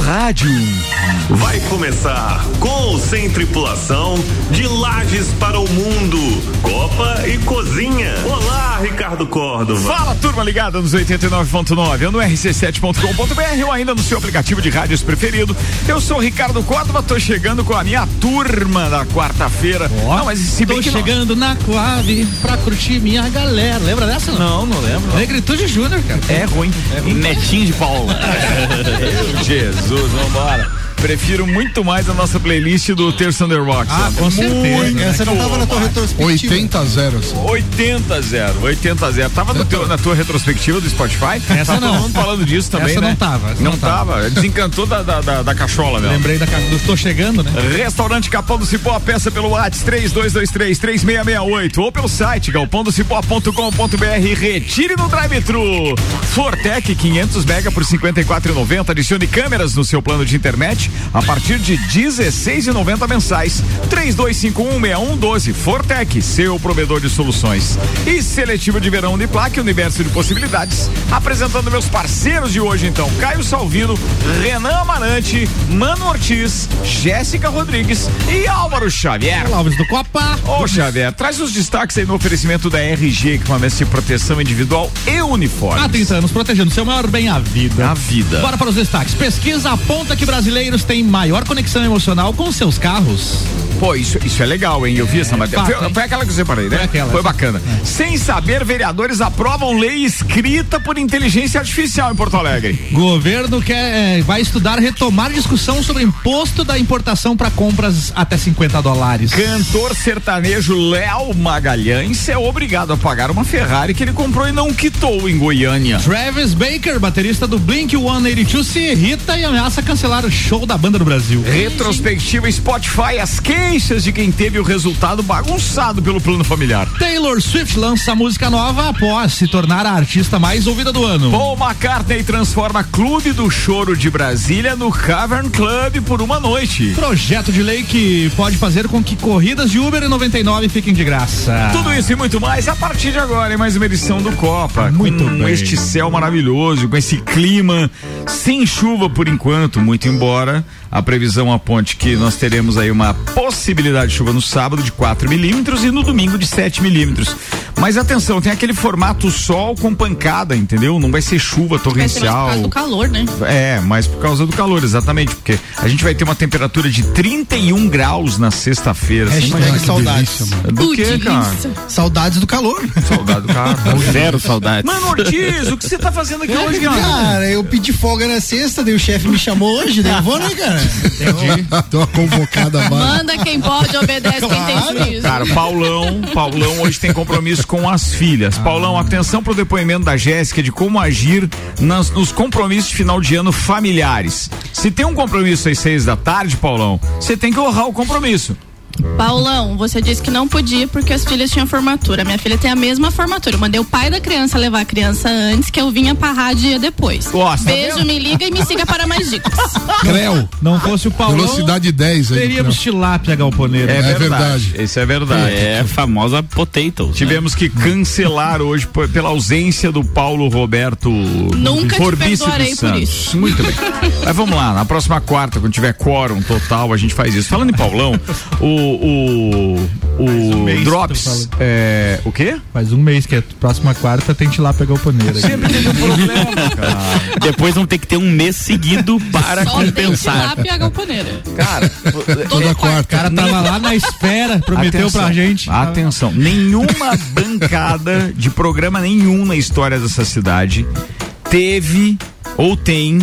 rádio. Vai começar com ou sem tripulação de Lages para o Mundo, Copa e Cozinha. Olá, Ricardo Córdova. Fala turma ligada nos 89.9 ou no rc7.com.br ou ainda no seu aplicativo de rádios preferido. Eu sou o Ricardo Córdova, tô chegando com a minha turma da quarta-feira. não, mas se bem Tô que não- chegando na Coab pra curtir minha galera. Lembra dessa? Não. Não, não lembro. Negritude Júnior, cara. É ruim. Netinho de Paula. Jesus, vambora. Prefiro muito mais a nossa playlist do Ter Thunder Rocks. Ah, com certeza. Essa não tava na tua retrospectiva. 80 a 0. assim. 80 a 0, 80 a 0. Tava no teu- na tua retrospectiva do Spotify? Essa Tá todo não. mundo falando disso também, Essa né? não tava, essa não não tava. tava. Desencantou da, da, da, da cachola, meu. Lembrei da casa do Tô Chegando, né? Restaurante Capão do Cipó, peça pelo WhatsApp 32233668 ou pelo site galpondocipó.com.br. Retire no drive-thru. Fortec 500 mega por 54,90. Adicione câmeras no seu plano de internet a partir de 16,90 mensais. 32516112. Fortec, seu provedor de soluções. E seletivo de verão Uniplac, universo de possibilidades. Apresentando meus parceiros de hoje, então. Caio Salvino, Renan Amarante, Mano Ortiz, Jéssica Rodrigues e Álvaro Xavier. Alves do Copa. Ô Xavier, traz os destaques aí no oferecimento da RG, equipamentos de proteção individual e uniforme. Há 30 anos protegendo seu maior bem, a vida. A vida. Bora para os destaques. Pesquisa aponta que brasileiros têm maior conexão emocional com seus carros. Pô, isso, isso é legal, hein? Eu vi essa matéria. fato, Foi, hein? foi aquela que eu separei, né? Foi aquela, sim. bacana. Sem saber, vereadores aprovam lei escrita por inteligência artificial em Porto Alegre. Governo quer, eh, vai estudar retomar discussão sobre imposto da importação para compras até 50 dólares. Cantor sertanejo Léo Magalhães é obrigado a pagar uma Ferrari que ele comprou e não quitou em Goiânia. Travis Baker, baterista do Blink 182, se irrita e ameaça cancelar o show da banda no Brasil. Retrospectiva Spotify, as queixas de quem teve o resultado bagunçado pelo plano familiar. Taylor Swift lança música nova após se tornar a artista mais ouvida do ano. Paul McCartney transforma Clube do Choro de Brasília no Cavern Club por uma noite. Projeto de lei que pode fazer com que corridas de Uber e 99 fiquem de graça. Tudo isso e muito mais a partir de agora em mais uma edição do Copa. Muito com bem. este céu maravilhoso, com esse clima sem chuva por enquanto, muito embora a previsão aponte que nós teremos aí uma possibilidade de chuva no sábado de 4 milímetros e no domingo de 7 milímetros. Mas atenção, tem aquele formato sol com pancada, entendeu? Não vai ser chuva Vai ser mais por torrencial. causa do calor, né? É, mas por causa do calor, exatamente, porque a gente vai ter uma temperatura de 31 graus na sexta-feira. Você Hashtag imagina que saudades. delícia, mano. Do que, Putz, cara? isso. Saudades do calor. Saudade do cara. Zero saudade. Mano Ortiz, o que você tá fazendo Então, aqui hoje, cara? Cara, eu pedi folga na sexta, daí o chefe me chamou hoje, daí eu vou, né, cara? Deu uma convocada mais. Manda quem pode, obedece quem tem juízo. Cara, Paulão, Paulão hoje tem compromisso com as filhas. Paulão, atenção pro depoimento da Jéssica de como agir nas- nos compromissos de final de ano familiares. Se tem um compromisso às seis da tarde, Paulão, você tem que honrar o compromisso. Paulão, você disse que não podia porque as filhas tinham formatura. Minha filha tem a mesma formatura. Eu mandei o pai da criança levar a criança antes, que eu vinha parrar dia depois. Ó, tá Beijo, me liga e me siga para mais dicas. Creu. Não fosse o Paulão, Velocidade 10 aí. teríamos tilápia galponeiro. É verdade. Isso é verdade. É a famosa potato. né? Tivemos que cancelar hoje p- pela ausência do Paulo Roberto Nunca te Forbício perdoarei dos por Santos. isso. Muito bem. Mas vamos lá, na próxima quarta, quando tiver quórum total, a gente faz isso. Falando em Paulão, o. O, o mês que eu Drops. falo. É, o quê? Faz um mês que é próxima quarta, tem tilápia galponeira. teve um problema, cara. Depois vão ter que ter um mês seguido para Só tem compensar. tilápia galponeira. Toda O cara quarta. tava lá na espera, prometeu Atenção, pra gente. Atenção, nenhuma bancada de programa nenhum na história dessa cidade teve ou tem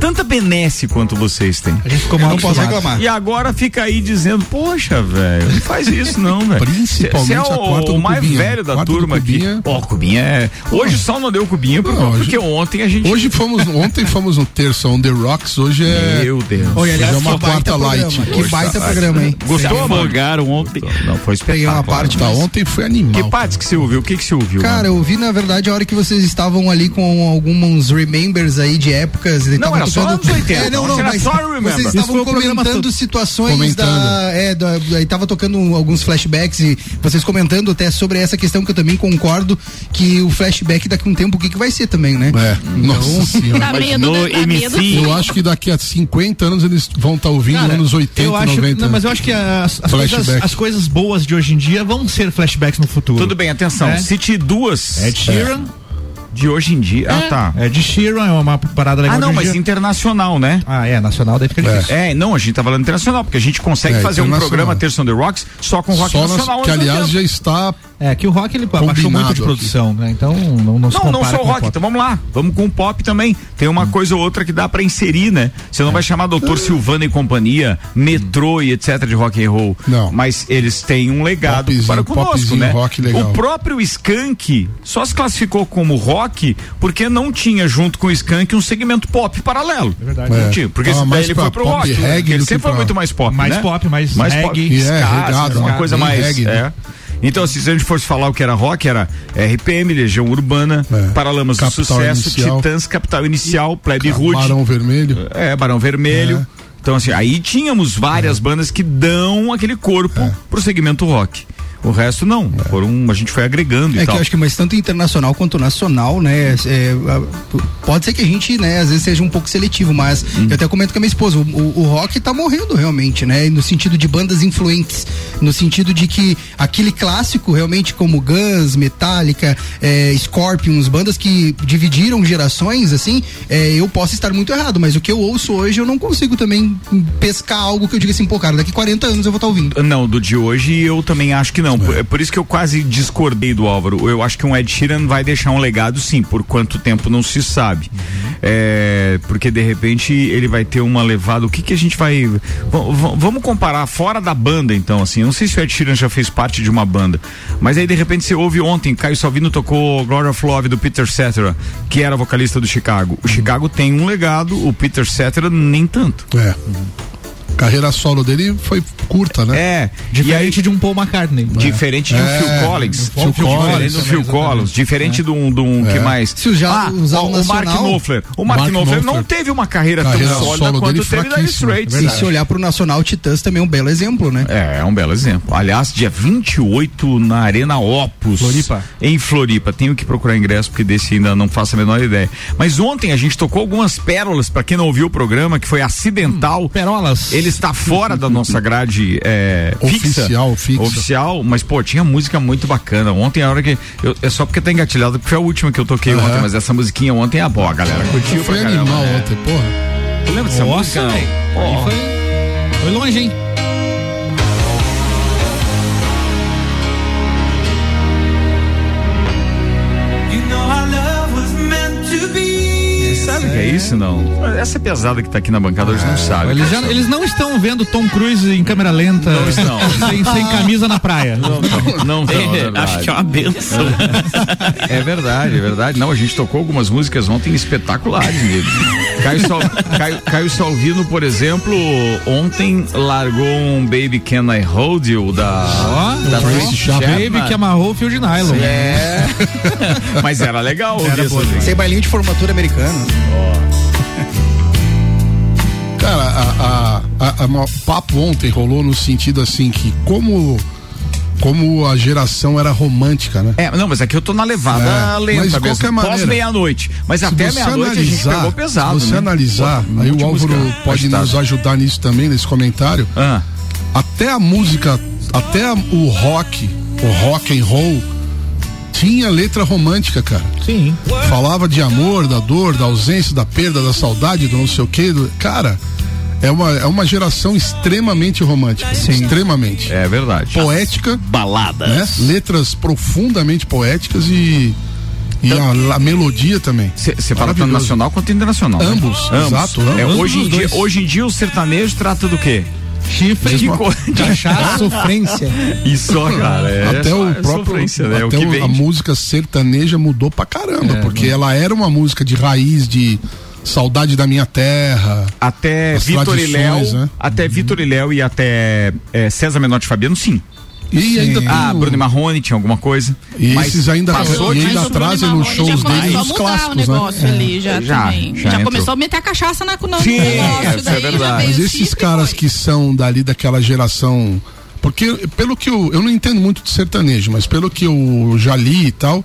tanta benesse quanto vocês têm. A gente ficou mal Não posso acostumado. reclamar. E agora fica aí dizendo, poxa, velho, não faz isso não, velho. Principalmente Cê é a o, quarta do o mais Cubinha. velho da Quarta do turma aqui. Cubinha. Ó, o Cubinha é... Hoje só não deu Cubinha por- Não, hoje- porque ontem a gente... Hoje fomos, ontem fomos no terça on the rocks, hoje é Meu Deus. Oi, aliás, Já é uma que baita quarta light. programa, Que baita programa, hein? Se Gostou, mano? afogaram ontem. Não, foi Peguei uma espetacular. parte, Tá, mas... ontem foi Que animal. partes que você ouviu? O que que você ouviu? Cara, eu vi, na verdade, a hora que vocês estavam ali com alguns remembers aí de épocas. e Não, tava era só anos 80. É, não, não, Era mas só Remember. vocês Isso foi estavam o programa comentando todo. situações da, Comentando. é, da- Aí tava tocando um, alguns flashbacks e vocês comentando até sobre essa questão que eu também concordo que o flashback daqui a um tempo, o que, que vai ser também, né? É, nossa senhora. Dá medo, no né? Dá medo. MC. Eu acho que daqui a 50 anos eles vão estar ouvindo Cara, anos 80, eu acho, 90. Não, mas eu acho que as, as coisas, Flashback. as coisas boas de hoje em dia vão ser flashbacks no futuro. Tudo bem, atenção. É. Cite duas Ed Sheeran. de hoje em dia. Ah, tá. É. Ed Sheeran é uma parada legal. Ah, não, de hoje em mas dia. internacional, né? Ah, é, nacional daí fica difícil. É, não, a gente tá falando internacional, porque a gente consegue É, fazer um internacional. programa Terção The Rocks só com rock Só nas, nacional. que antes do aliás tempo. já está É, que o rock ele abaixou Combinado muito aqui. de produção, né? Então não, não se Não, não compara só com o o rock, pop. então vamos lá, vamos com o pop também. Tem uma coisa ou outra que dá pra inserir, né? Você não vai chamar Ah. Doutor Silvana e companhia, metrô e etc de rock and roll. Não. Mas eles têm um legado Popzinho, para conosco, popzinho, né? rock legal. O próprio Skank só se classificou como rock porque não tinha junto com o Skank um segmento pop paralelo. É verdade. É. Não tinha, porque Tava daí mais ele pra foi pro pop rock. e reggae ele do sempre que foi pra- muito mais pop, Mais né? pop, mais reggae. pop, E é, ska, regado, uma ska, coisa bem mais... reggae, né? é. Então, assim, se a gente fosse falar o que era rock, era RPM, Legião Urbana, É. Paralamas do Capital Sucesso, Inicial. Titãs, Capital Inicial, Plebe Rude, Barão É. Vermelho. é, Barão Vermelho. Então, assim, aí tínhamos várias É. bandas que dão aquele corpo pro segmento rock. O resto não, É. foram, a gente foi agregando É e que tal. eu acho que mas tanto internacional quanto nacional, né? é, a- pode ser que a gente, né, às vezes seja um pouco seletivo, mas Uhum. eu até comento com a minha esposa, o, o- o rock tá morrendo realmente, né? No sentido de bandas influentes, no sentido de que aquele clássico realmente como Guns, Metallica, é, Scorpions, bandas que dividiram gerações, assim, é, eu posso estar muito errado, mas o que eu ouço hoje eu não consigo também pescar algo que eu diga assim, pô, cara, daqui 40 anos eu vou estar ouvindo. Não, do de hoje eu também acho que não. Por- É. Por, isso que eu quase discordei do Álvaro. Eu acho que um Ed Sheeran vai deixar um legado, sim, por quanto tempo não se sabe. É, porque de repente ele vai ter uma levada. O que que a gente vai. v- v- vamos comparar fora da banda, então, assim. Eu Não sei se o Ed Sheeran já fez parte de uma banda, mas aí de repente você ouve ontem, Caio Salvino tocou Glory of Love do Peter Cetera, que era vocalista do Chicago. O Chicago tem um legado, o Peter Cetera nem tanto. É. Carreira solo dele foi curta, né? É, e aí Diferente de um Paul McCartney. Diferente de um É, Phil Collins. Phil Diferente Collins, do Phil exatamente. Collins. Diferente de um, de um que mais. Se usar- usar o ó, o, Mark nacional- Knopfler. O Mark, É. Mark Knopfler, não Knopfler. teve uma carreira, Carreira tão sólida solo quanto dele teve da fraquíssima, Straits. é E se olhar pro Nacional Titãs também é um belo exemplo, né? É, é um belo exemplo. Aliás, dia 28 na Arena Opus. Floripa. Em Floripa. Tenho que procurar ingresso, porque desse ainda não faço a menor ideia. Mas ontem a gente tocou algumas pérolas, pra quem não ouviu o programa, que foi acidental. Hum, Perolas. Ele está fora da nossa grade é, fixa, Oficial, fixa. Oficial, mas pô, tinha música muito bacana. Ontem a hora que. eu- é só porque tá engatilhado, porque foi a última que eu toquei ontem, mas essa musiquinha ontem é boa, a galera. Curtiu Foi pra caramba, animal né? ontem, porra. Tu lembra dessa Nossa, música? velho. Ó. Aí foi, foi longe, hein? Sabe o que é isso, não? Essa pesada que tá aqui na bancada hoje não sabe. Eles, já- eles não estão vendo Tom Cruise em câmera lenta, estão. sem, sem camisa na praia. Não, não, É, não, é acho verdade. que é uma benção. É verdade, é verdade. Não, a gente tocou algumas músicas ontem espetaculares mesmo. Caio, Sal, Caio- Caio Salvino, por exemplo, ontem largou um Baby Can I Hold You da, da Tracy Tá Chapman. Baby que amarrou o fio de nylon. É. Mas era legal ouvir essa música. Sem bailinho de formatura americana. Cara, a, a, a- a- o papo ontem rolou no sentido assim que como, como a geração era romântica, né? É, não, mas aqui eu tô na levada É, lenta mas de mesmo, qualquer maneira, Pós meia-noite. Mas Se até você meia-noite a gente analisar- pegou pesado. Se você né? analisar, Pô, um aí monte de o Álvaro música pode agitada. nos ajudar nisso também, nesse comentário. Ah, até a música, até a- o rock, o rock and roll tinha letra romântica, cara. Sim. Falava de amor, da dor, da ausência, da perda, da saudade, do não sei o quê. do- Cara, é uma, é uma geração extremamente romântica. Extremamente. é verdade. Poética, Balada. né? Letras profundamente poéticas e, e a, a melodia também. Você fala tanto Maravilhoso. nacional quanto internacional. né? Ambos, exato, ambos. É, Ambos hoje, em os dia, dois. hoje em dia o sertanejo trata do quê? Chifre, Que co- Ah, cachaça, sofrência. E só, cara. É até só- o é próprio sofrência, né? até o que É, o- a vem. música sertaneja mudou pra caramba porque ela era uma música de raiz de saudade da minha terra Até as Vitor e Léo, tradições, né? até Vitor e Léo e até é, César Menotti e Fabiano, sim. E ainda tem Ah, o- Bruno e Marrone tinha alguma coisa. E Mas esses ainda, passou e disso. ainda Mas o Bruno trazem Marrone nos shows já começou dele a os mudar clássicos, o né? negócio ali já, Já, também. já Já, entrou. começou a meter a cachaça na, no negócio. Sim, isso daí é já verdade. veio Mas o esses chifre, caras foi. que são dali daquela geração. Porque, pelo que eu. Eu não entendo muito de sertanejo, mas pelo que eu já li e tal.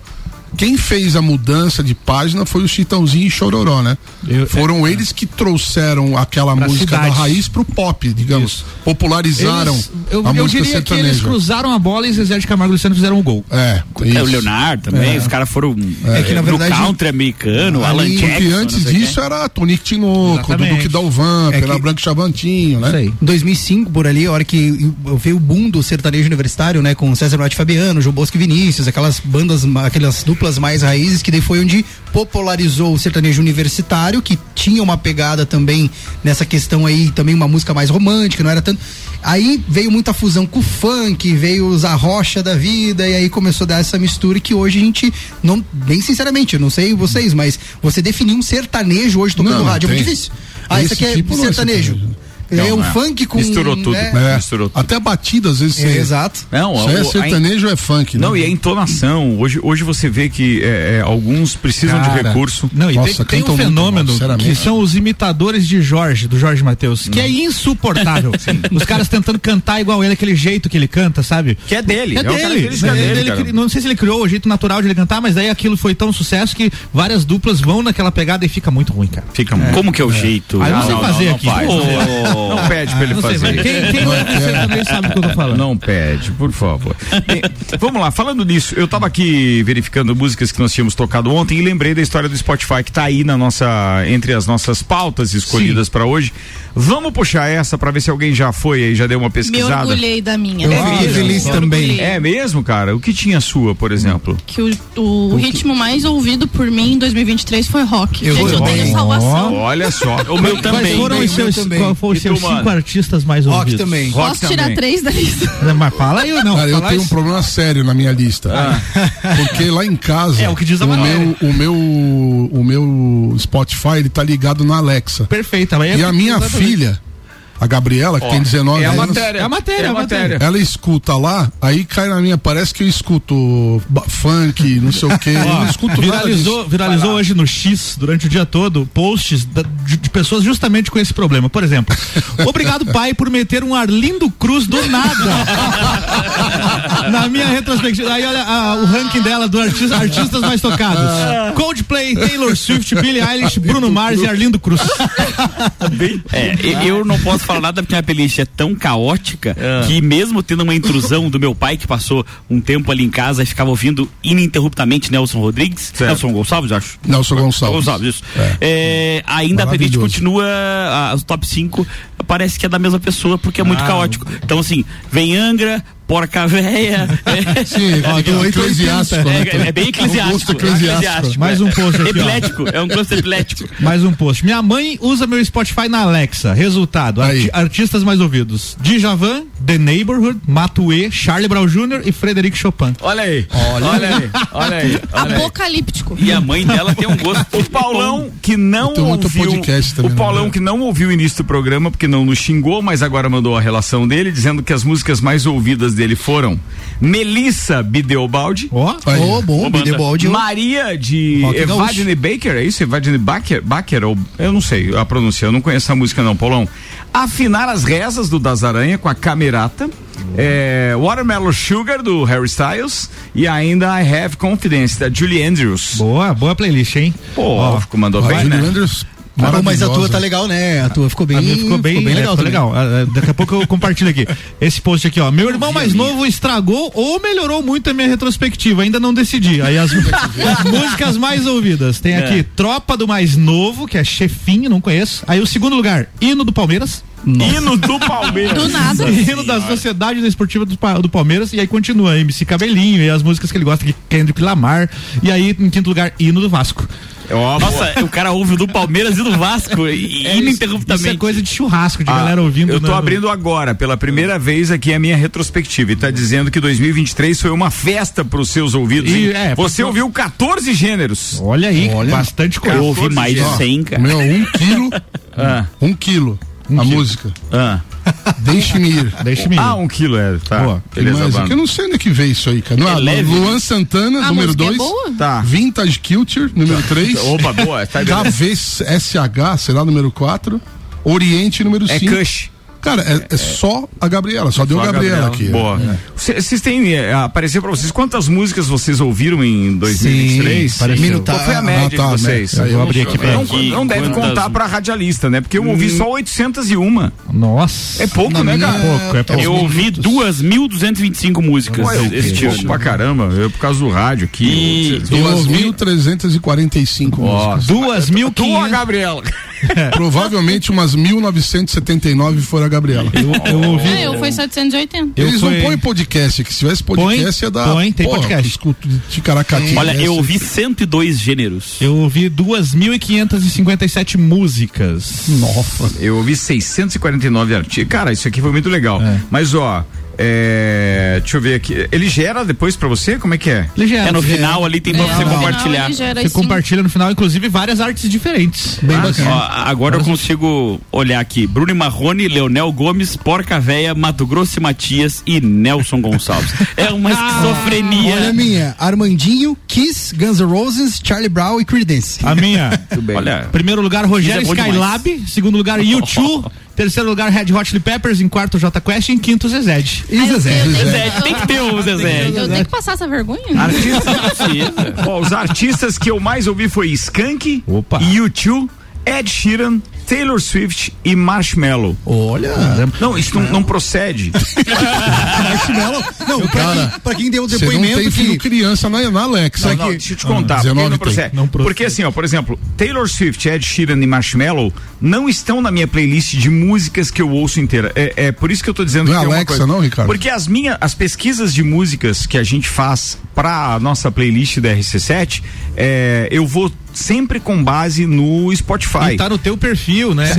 Quem fez a mudança de página foi o Chitãozinho e Chororó, né? Eu- é, Foram eles que trouxeram aquela Pra música da cidade. raiz pro pop, digamos. Popularizaram Eles- eu, a eu música diria que sertaneja. eles cruzaram a bola e Zezé de Camargo e Luciano fizeram o gol. É, É, o isso. Leonardo também, os caras foram É que, na no verdade, country americano, Alan Ali, Jackson. porque antes não sei disso era Tonique Tinoco, Exatamente. Dudu Dalvan, É Pela que- Branco Chavantinho, né? Isso aí. Em 2005, por ali, a hora que veio o boom do sertanejo universitário, né? Com César Mate Fabiano, João Bosco e Vinícius, aquelas bandas, ma- aquelas duplas mais raízes, que daí foi onde popularizou o sertanejo universitário, que tinha uma pegada também nessa questão aí, também uma música mais romântica, não era tanto. Aí veio muita fusão com o funk, veio os arrocha da vida, e aí começou a dar essa mistura que hoje a gente, não, bem sinceramente, eu não sei vocês, mas você definir um sertanejo hoje tocando Não, não rádio é muito tem. difícil. Ah, isso Esse aqui é tipo não é sertanejo. sertanejo. Então, É Não, um né? é. funk com. Misturou tudo, né? É, Misturou tudo. até a batida, às vezes, É, você- exato. Não, Isso aí é o- a- sertanejo ou é funk, né? Não, e a entonação. Hoje, hoje você vê que é, é, alguns precisam de Cara. recurso. Não, e tem- Nossa, tem, cantam um muito fenômeno mal, sinceramente. que são os imitadores de Jorge, do Jorge Matheus, que é insuportável. os caras tentando cantar igual ele, aquele jeito que ele canta, sabe? Que é dele. É uma dele, característica né? dele, Ele- cara. ele- não sei se ele criou o jeito natural de ele cantar, mas daí aquilo foi tão sucesso que várias duplas vão naquela pegada e fica muito ruim, cara. Fica quem. muito. Como que é o jeito? Ah, eu não sei fazer não aqui. faz, não Pô. faz. Não pede pra ele Não sei, fazer. mas quem, quem é ouve o sertanejo sabe o que eu tô falando. Não pede, por favor. Bem, vamos lá, falando nisso, eu tava aqui verificando músicas que nós tínhamos tocado ontem e lembrei da história do Spotify que tá aí na nossa, entre as nossas pautas escolhidas pra hoje. Vamos puxar essa pra ver se alguém já foi aí, já deu uma Me pesquisada. orgulhei da minha. Eu né? fiquei Me feliz também. orgulhei. É mesmo, cara? O que tinha a sua, por exemplo? que o, o ritmo mais ouvido por mim em 2023 foi rock. Eu Gente, eu também. tenho salvação. Olha só. O meu Quais também. foram bem, os bem, seus, também. qual foram os E seus tu, mano? cinco artistas mais Rock ouvidos? também. Rock Posso tirar também. três da lista? Mas fala aí ou não? Cara, eu Fala tenho um isso. problema sério na minha lista. Porque lá em casa, É, o que diz a matéria. meu, o meu o meu Spotify, ele tá ligado na Alexa. Perfeito. mas é- E a minha exatamente. filha, a Gabriela, que tem 19 É a anos, matéria. É a matéria, É a é a matéria. ela escuta lá, aí cai na minha, parece que eu escuto ba- funk, não sei o quê, eu Ó, não escuto nada disso. viralizou, viralizou hoje no X, durante o dia todo, posts da- de, de pessoas justamente com esse problema. Por exemplo, obrigado, pai, por meter um Arlindo Cruz do nada. Na minha retrospectiva. Aí olha a- o ranking dela do artista, artistas mais tocados: Coldplay, Taylor Swift, Billie Eilish, Bruno Mars e Arlindo Cruz. É, e- eu não posso falar nada porque minha playlist é tão caótica que mesmo tendo uma intrusão do meu pai que passou um tempo ali em casa e ficava ouvindo ininterruptamente Nelson Rodrigues, Nelson Gonçalves, eu acho. Nelson Gonçalves. Gonçalves, isso. É, ainda a playlist Maravilhoso. continua, ah, os top 5 parece que é da mesma pessoa porque é muito caótico. Então assim, vem Angra, Porca Véia, é, Sim, Ó, é, do um 880, eclesiástico, né? é- é bem É um eclesiástico. gosto eclesiástico. eclesiástico, Mais é. um post aqui, ó. Epilético, é um gosto epilético. Mais um post. Minha mãe usa meu Spotify na Alexa. Resultado: arti- Aí. artistas mais ouvidos: Djavan, The Neighborhood, Matue, Charlie Brown Jr. e Frederic Chopin. Olha aí. Olha, aí. Olha aí. Olha aí. Apocalíptico. E a mãe dela tem um gosto. O Paulão que não Tem outro ouviu podcast também, o Paulão né? que não ouviu o início do programa porque não nos xingou, mas agora mandou a relação dele dizendo que as músicas mais ouvidas dele foram Melissa Bideobaldi, Ó, Aí. Ô, bom, Bidebaldi. Maria de Rock Evadne Baker, é isso? Evadne Baker, Baker ou eu não sei a pronúncia, eu não conheço a música não, Paulão. Afinar as rezas do Das Aranha com a Camerata. é, Watermelon Sugar do Harry Styles e ainda I Have Confidence da Julie Andrews. boa, boa playlist, hein? Pô, ficou mandou Vai, bem, Júlio né? Andrews, Ah, mas a tua maravilhosa. tá legal, né? A tua ficou bem. A minha ficou bem, é, legal. ficou também. legal. Ah, ah, Daqui a pouco eu compartilho aqui. Esse post aqui, ó. Meu irmão mais novo estragou ou melhorou muito a minha retrospectiva. Ainda não decidi. Aí as, as músicas mais ouvidas. Tem aqui Tropa do Mais Novo, que é chefinho, não conheço. Aí o segundo lugar, Hino do Palmeiras. Hino do Palmeiras. Do nada. Hino da Sociedade Esportiva do, Pa- do Palmeiras. E aí continua MC Cabelinho e as músicas que ele gosta, que Kendrick Lamar. E aí, em quinto lugar, Hino do Vasco. Ó, Nossa, o cara ouve o do Palmeiras e do Vasco e Isso é ininterruptamente. coisa de churrasco, de Ah, galera ouvindo. Eu tô né, no- abrindo agora, pela primeira vez aqui, a minha retrospectiva. E tá dizendo que 2023 foi uma festa pros seus ouvidos. E, hein? é, Você passou- ouviu 14 gêneros. Olha aí, Olha. bastante coisa. Eu ouvi mais de Ó, 100, cara. Meu, um quilo. Ah. Um quilo. a música. Ah. Deixe-me ir. Deixa-me ir. Ah, um quilo, é. Tá. Boa. Beleza, Mas é Bando. que eu não sei onde é que veio isso aí, cara. Não, É ah, leve, Luan Santana, A número música é 2. boa? Tá. Vintage Culture, número 3. Opa, boa. Tá KVSH, sei lá, número 4. Oriente, número 5. É Cush. É Cara, é, é só a Gabriela, só deu Só a Gabriela, aqui. Boa. Cê- Vocês têm. eh, Apareceu pra vocês quantas músicas vocês ouviram em 2023? Sim, apareceu. Qual foi a Ah, média tá, de vocês? né? Aí Eu eu- vou abrir aqui pra Não, Que não deve quantas- contar pra radialista, né? Porque eu ouvi só 801. Nossa. É pouco, Na né, minha- cara? É pouco, é pouco. Eu ouvi 2.225 músicas Pô, eu esse eu ano. ouvo pra caramba. Eu, por causa do rádio aqui. E 2.345 Ó, músicas. Duas mil Tua, quinhentas. Gabriela. Provavelmente umas 1979 foram a Gabriela. Eu, eu ouvi. Ah, eu fui 780. Eu Eles fui- não põem podcast, que se tivesse podcast Põe, é da. põe, tem podcast. Escuto de Ticaracatinga. Olha, eu Essa- ouvi 102 gêneros. Eu ouvi 2.557 músicas. Nossa. Eu ouvi 649 artigos. Cara, isso aqui foi muito legal. É. Mas, ó, é, deixa eu ver aqui. Ele gera depois pra você? Como é que é? É no final ali tem pra você é compartilhar. Você compartilha no final, inclusive, várias artes diferentes. Bem Ó, agora eu consigo olhar aqui. Bruno e Marrone, Leonel Gomes, Porca Véia, Mato Grosso e Matias e Nelson Gonçalves. É uma esquizofrenia. Olha a minha, Armandinho, Kiss, Guns N' Roses, Charlie Brown e Creedence. A minha. Olha, Primeiro lugar, Rogério Isso é bom Skylab. Segundo lugar, YouTube. Terceiro lugar, Red Hot Chili Peppers. Em quarto, J Quest. Em quinto, Zezed. E Zezé. Zezé. Zezé, tem que ter um Zezé. é Eu tenho que passar essa vergonha? Artista. Ó, os artistas que eu mais ouvi foi Skank, Opa. U2, Ed Sheeran, Taylor Swift e Marshmello. Olha. Não, isso não, não procede. Marshmallow. Não, pra, Cara, quem, pra quem deu o Você não depoimento tem filho que. criança na, na Alexa. Não, aqui. não, deixa eu te contar. porque 19 não tem. procede. Não procede. Porque assim, ó, por exemplo, Taylor Swift, Ed Sheeran e Marshmallow não estão na minha playlist de músicas que eu ouço inteira. É, é por isso que eu tô dizendo Não que é tem uma Alexa, coisa. não, Ricardo? Porque as minhas, as pesquisas de músicas que a gente faz pra nossa playlist da RC7, é, eu vou sempre com base no Spotify. Então, E tá no teu perfil, né?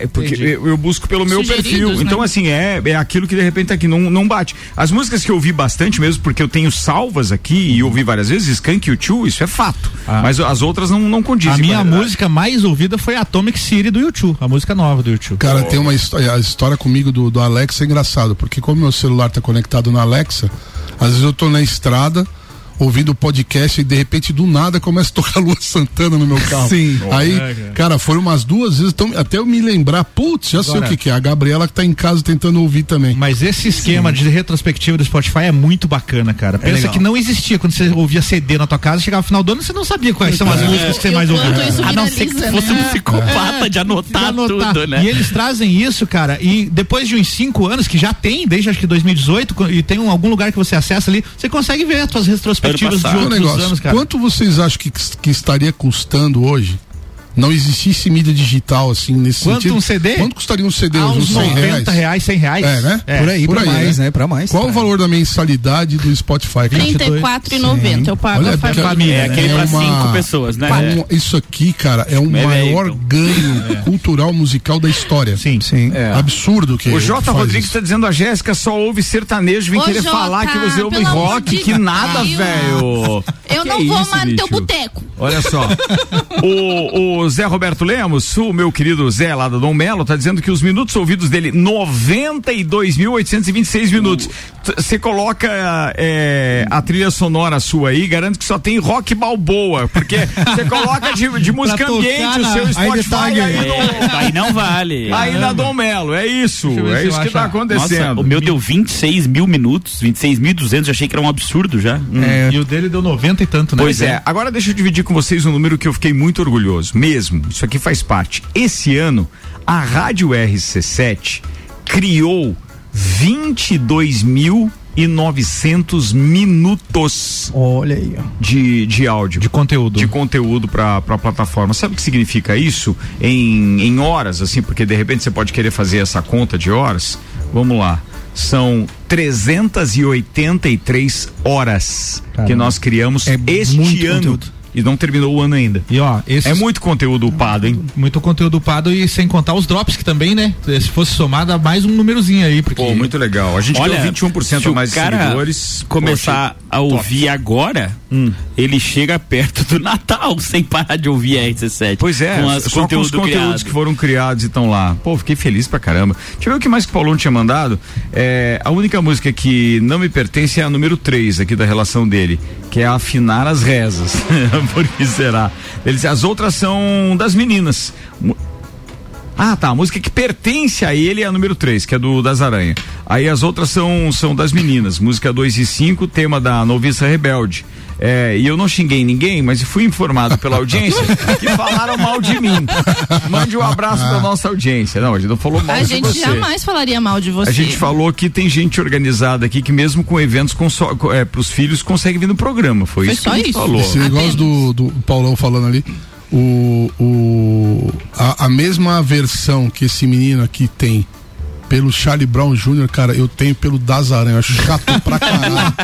É, porque Entendi. eu, eu busco pelo meu Sugeridos, perfil. né? Então, assim, é, é aquilo que de repente aqui não, não bate. As músicas que eu ouvi bastante mesmo, porque eu tenho salvas aqui e ouvi várias vezes, Skank e U2, isso é fato. Ah. Mas as outras não, não condizem. A minha Mas, é, música mais ouvida foi Atomic City do YouTube, a música nova do YouTube. Cara, tem uma história, a história comigo do, do Alexa é engraçado, porque como meu celular tá conectado na Alexa, às vezes eu tô na estrada ouvindo podcast e de repente do nada começa a tocar Lua Santana no meu carro. Sim. Aí, cara, foram umas duas vezes, então, até eu me lembrar, putz, já sei o Agora- que que é, a Gabriela que tá em casa tentando ouvir também. Mas esse esquema de retrospectiva do Spotify é muito bacana, cara. Pensa legal. que não existia quando você ouvia CD na tua casa, chegava no final do ano você não sabia quais são as músicas que você E o mais quanto ouviu. isso A não ser que tu viraliza, fosse né? um psicopata de anotar, É. anotar. tudo, né? E eles trazem isso, cara, e depois de uns cinco anos, que já tem, desde acho que 2018, co- e tem um- algum lugar que você acessa ali, você consegue ver as tuas retrospectivas de passado. Tem um outros negócio, anos, cara. Quanto vocês acham que, que estaria custando hoje? Não existisse mídia digital assim nesse Quanto sentido. um CD? Quanto custaria um CD? Há hoje? uns uns 100 reais? 90 reais, 100 reais. É, né? por aí, pra mais, né? Pra mais. Qual Pra- o valor da mensalidade do Spotify? cara? 34,90. Eu pago Olha, a porque- família. família, É né? aquele É pra uma- cinco pessoas, né? Pá, um- isso aqui, cara, é o é, maior então. ganho cultural musical da história. Sim. Sim. É. Absurdo que O faz Jota isso. Rodrigues tá dizendo a Jéssica só ouve sertanejo, vem Ô, querer Jota, falar que você ouve pelo amor rock, de que nada, Deus. velho. Eu Que não é vou isso, mais no teu bicho? boteco. Olha só. o, o Zé Roberto Lemos, o meu querido Zé lá da Dom Melo, tá dizendo que os minutos ouvidos dele, 92.826 minutos. T- Você coloca é, a trilha sonora sua aí, garanto que só tem rock balboa, porque você coloca de, de música tocar ambiente o na- tá seu aí Spotify aí, detalhe, É, no- aí não vale. aí na Dom Melo. É isso. Deixa eu ver É se isso que eu acho. tá Nossa, acontecendo. o meu deu 26 mil minutos, 26.200, eu achei que era um absurdo É, já. É. E o dele deu 90 e tanto, né? Pois é, agora deixa eu dividir com vocês um número que eu fiquei muito orgulhoso, mesmo. Isso aqui faz parte. Esse ano, a Rádio RC7 criou 22.900 minutos Olha aí, ó. de, de áudio. De conteúdo. De conteúdo para a plataforma. Sabe o que significa isso? Em, em horas, assim, porque de repente você pode querer fazer essa conta de horas. Vamos lá. São 383 horas que nós criamos É este muito ano. conteúdo. E não terminou o ano ainda. E ó, esse É muito conteúdo upado, hein? muito conteúdo upado e sem contar os drops que também, né? Se fosse somado, dá mais um númerozinho aí, porque Pô, muito legal. A gente Olha, ganhou 21% se a o mais cara seguidores. Hum. começar a ouvir agora, ele chega perto do Natal sem parar de ouvir a RC7. Pois é, com, as só com os conteúdo conteúdos criado. que foram criados e estão lá. Pô, fiquei feliz pra caramba. Deixa eu ver o que mais que o Paulão tinha mandado. É, a única música que não me pertence é a número 3 aqui da relação dele, que é afinar as rezas. Por que será? Ele disse, as outras são das meninas. Mu- Ah, tá. A música que pertence a ele é a número 3, que é do Das Aranha. Aí as outras são, são das meninas. Música 2 e 5, tema da Noviça Rebelde. É, e eu não xinguei ninguém, mas fui informado pela audiência que falaram mal de mim. Mande um abraço pra nossa audiência. Não, a gente não falou mal Ah. A de gente você. jamais falaria mal de você. A gente falou que tem gente organizada aqui que mesmo com eventos com só, com- é, pros filhos consegue vir no programa. Foi, Foi isso que só a gente isso. falou. Esse negócio do, do Paulão falando ali, o, o, a, a mesma versão que esse menino aqui tem pelo Charlie Brown Jr., cara, eu tenho pelo Das Aranha. Eu Acho chato pra caralho.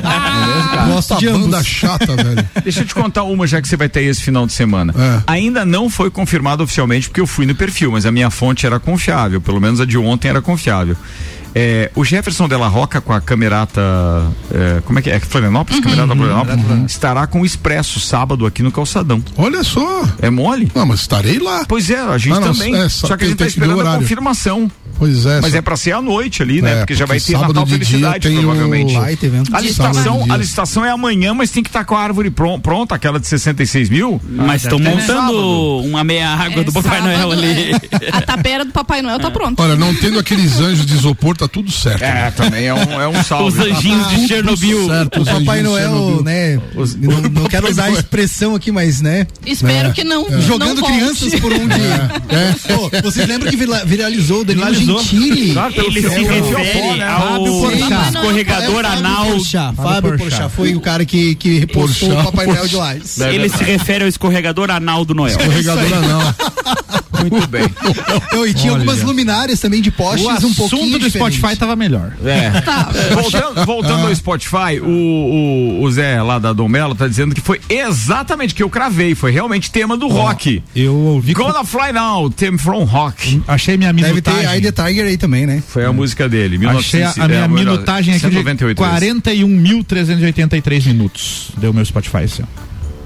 É Gosto de banda chata, velho. Deixa eu te contar uma, já que você vai ter esse final de semana. É. Ainda não foi confirmado oficialmente, porque eu fui no perfil, mas a minha fonte era confiável, pelo menos a de ontem era confiável. É, o Jefferson Della Roca com a Camerata. é, como é que é? Florianópolis? Camerata Florianópolis? Estará com o Expresso sábado aqui no Calçadão. Olha só. É mole? Não, mas estarei lá. Pois é, a gente Ah, não, também. é, só, só que tem- a gente tá tem que ver o esperando a horário. confirmação. Pois é. Mas só- é pra ser à noite ali, né? É, porque já vai porque ter sábado Natal de dia Felicidade, tem o- provavelmente. Lá Baita evento. A licitação, Sábado de a dia. licitação é amanhã, mas tem que estar com a árvore pron- pronta, aquela de 66 mil. Ah, Mas estão deve ter montando Ah, sábado. uma meia água É, do Papai sábado, Noel ali. é. A tapera do Papai Noel tá pronta. Olha, não tendo aqueles anjos de isopor, tá tudo certo. É, também é um, é um Os salve. anjinhos de Chernobyl. Certo, O É, os Papai anjinhos Noel, Chernobyl. né? não não quero usar a expressão aqui, mas, né? Espero que não. não Jogando volte. crianças por onde. Pô, vocês lembram que vira- viralizou o Danilo É. Viralizou. Gentili? Ele se refere né? ao Fábio Porchat. escorregador É o Fábio anal. Porchat. Fábio Fábio Porchat. Porchat foi o cara que, que repostou Porchat, o Papai Noel de Porchat. Lages. Ele se refere ao escorregador anal do Noel. Escorregadora não. Muito bem. Não, e tinha Olha. algumas luminárias também de postes O um assunto pouquinho do Spotify tá tava melhor. É. Tá. Voltando, Ah. voltando ao Spotify, o, o, o Zé lá da Domelo tá dizendo que foi exatamente o que eu cravei, foi realmente tema do rock. Eu ouvi. Gonna Fly Now, Theme from Rock. Achei minha Deve minutagem. ter I The Tiger aí também, né? Foi a música dele. Hum. Achei a, 1900 a minha é, minutagem aqui 198 é vezes. de 41.383 minutos. Deu meu Spotify assim, esse ano.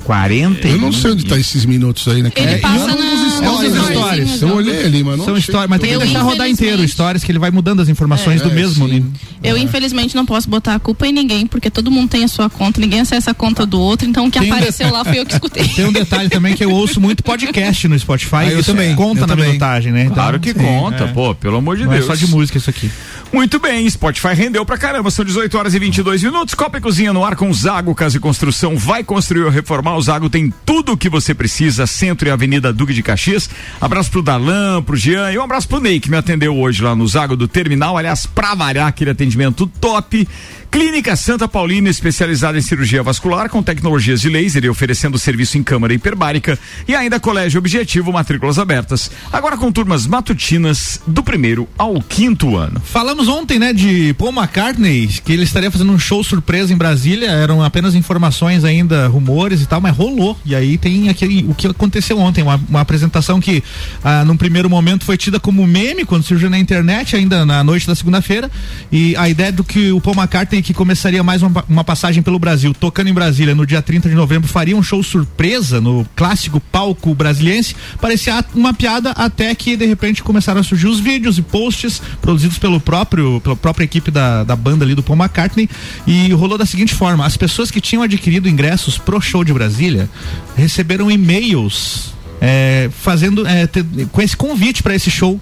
40 Eu não sei onde tá esses minutos aí, né? Ele cara? passa na. e uns stories, nos uns stories. stories. Eu olhei ali, mas não. São achei. histórias, mas tem que Eu, deixar um rodar inteiro infelizmente- stories, que ele vai mudando as informações É, do mesmo. sim. né? Eu, infelizmente, não posso botar a culpa em ninguém, porque todo mundo tem a sua conta, ninguém acessa a conta do outro, então o que Tem- apareceu lá foi eu que escutei. Tem um detalhe também que eu ouço muito podcast no Spotify. Ah, eu isso é também, Conta eu na também. minutagem, né? Então, Claro que sim, conta, é. pô, pelo amor de Não é Deus. só de música isso aqui. Muito bem, Spotify rendeu pra caramba. São 18 horas e 22 minutos. Copa e Cozinha no ar com Zago Casa e Construção. Vai construir ou reformar? O Zago tem tudo o que você precisa. Centro e Avenida Duque de Caxias. Abraço pro Dalan, pro Jean e um abraço pro Ney, que me atendeu hoje lá no Zago do Terminal. Aliás, pra variar aquele atendimento top. Clínica Santa Paulina, especializada em cirurgia vascular com tecnologias de laser e oferecendo serviço em câmara hiperbárica. E ainda Colégio Objetivo, matrículas abertas. Agora com turmas matutinas do primeiro ao quinto ano. Falamos ontem, né, de Paul McCartney, que ele estaria fazendo um show surpresa em Brasília. Eram apenas informações ainda, rumores e tal, mas rolou. E aí tem aquele, o que aconteceu ontem, uma, uma apresentação que, ah, num primeiro momento, foi tida como meme quando surgiu na internet, ainda na noite da segunda-feira. E a ideia do que o Paul McCartney, que começaria mais uma, uma passagem pelo Brasil, tocando em Brasília no dia 30 de novembro, faria um show surpresa no clássico palco brasiliense, parecia at- uma piada até que de repente começaram a surgir os vídeos e posts produzidos pelo próprio, pela própria equipe da, da banda ali do Paul McCartney e rolou da seguinte forma, as pessoas que tinham adquirido ingressos pro show de Brasília receberam e-mails é, fazendo, é, te- com esse convite para esse show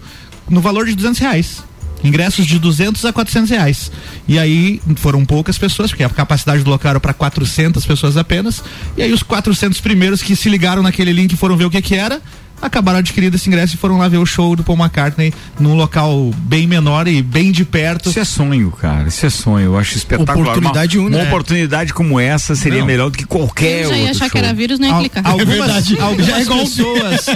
no valor de 200 reais. Ingressos de 200 a 400 reais. E aí foram poucas pessoas, porque a capacidade do local era para 400 pessoas apenas. E aí os 400 primeiros que se ligaram naquele link e foram ver o que que era, acabaram adquirindo esse ingresso e foram lá ver o show do Paul McCartney num local bem menor e bem de perto. Isso é sonho, cara. Isso é sonho. Eu acho espetacular. Oportunidade uma, única. Uma oportunidade como essa seria Não. melhor do que qualquer Eu já ia é outro achar show. que era vírus, não ia Al- clicar. É Algumas, algumas pessoas,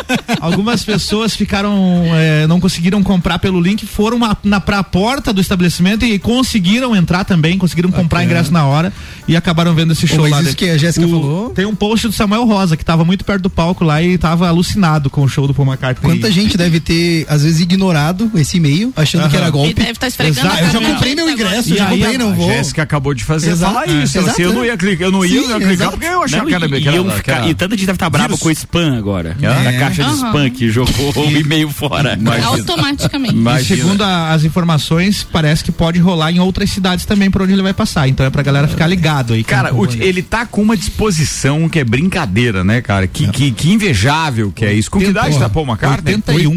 algumas pessoas ficaram, eh, não conseguiram comprar pelo link, foram na, na pra porta do estabelecimento e conseguiram entrar também, conseguiram comprar ingresso na hora e acabaram vendo esse show mas lá. isso dentro. que a Jéssica O- falou? Tem um post do Samuel Rosa que tava muito perto do palco lá e tava alucinado com o show do Paul McCartney. Quanta gente deve ter, às vezes, ignorado esse e-mail, achando que era Ele golpe. deve estar esfregando a Exato. Ah, eu já cabeça comprei meu agora. ingresso, E já aí, é comprei, não vou. Jéssica acabou de fazer Exato, falar isso. é. ela disse, eu não ia clicar, eu não ia, eu não ia Sim, clicar, exato. porque eu achava né? Não, que era e, e, aquela- eu ficar- aquela- É? e tanta gente deve estar brava com o spam agora. Na caixa de Aham. spam que jogou o e-mail fora. Automaticamente. Mas- Imagina. Segundo né? a- as informações, parece que pode rolar em outras cidades também por onde ele vai passar. Então é pra galera ficar ligado aí. Cara, o- ele tá com uma disposição que é brincadeira, né, cara? Que, que, que invejável que é isso. Com que idade tá Paul McCartney? 81.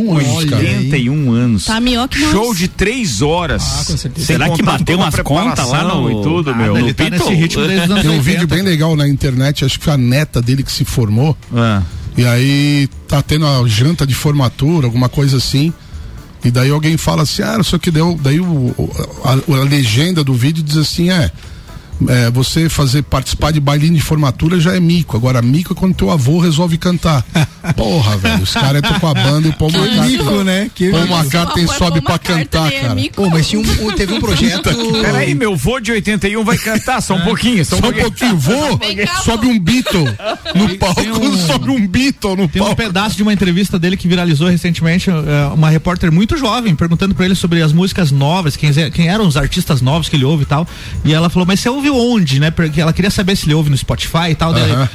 81 anos, cara. 81 anos. Tá melhor que nós. Show de três horas. com certeza. Sem Ah, Será que contar bateu toda a umas contas lá preparação no- Ah, e tudo, meu? ele No tá Beatles? nesse ritmo desde os anos Tem um vídeo 80. bem legal na internet, acho que foi a neta dele que se formou. Ah. E aí tá tendo a janta de formatura, alguma coisa assim. E daí alguém fala assim, ah, só que deu. Daí o- o- a, a legenda do vídeo diz assim, é. é, você fazer participar de bailinho de formatura já é mico. Agora, mico é quando teu avô resolve cantar. Porra, velho. Os caras estão com a banda e o tá Paul Que McCartney. mico, né? Que- Paul Mas se McCartney for sobe Paul pra McCartney, cantar, é cara. mico. Pô, mas tinha um, teve um projeto. Peraí, meu vô de 81 vai cantar só um pouquinho, Então, só Só um um pouquinho. pouquinho, vou, Vem cá, sobe um Beatle no palco, um- sobe um Beatle no Tem um palco. pedaço de uma entrevista dele que viralizou recentemente, é, uma repórter muito jovem, perguntando pra ele sobre as músicas novas, quem, ze- quem eram os artistas novos que ele ouve e tal. E ela falou, mas você ouviu onde, né? Porque ela queria saber se ele ouve no Spotify e tal. daí Aham. ele,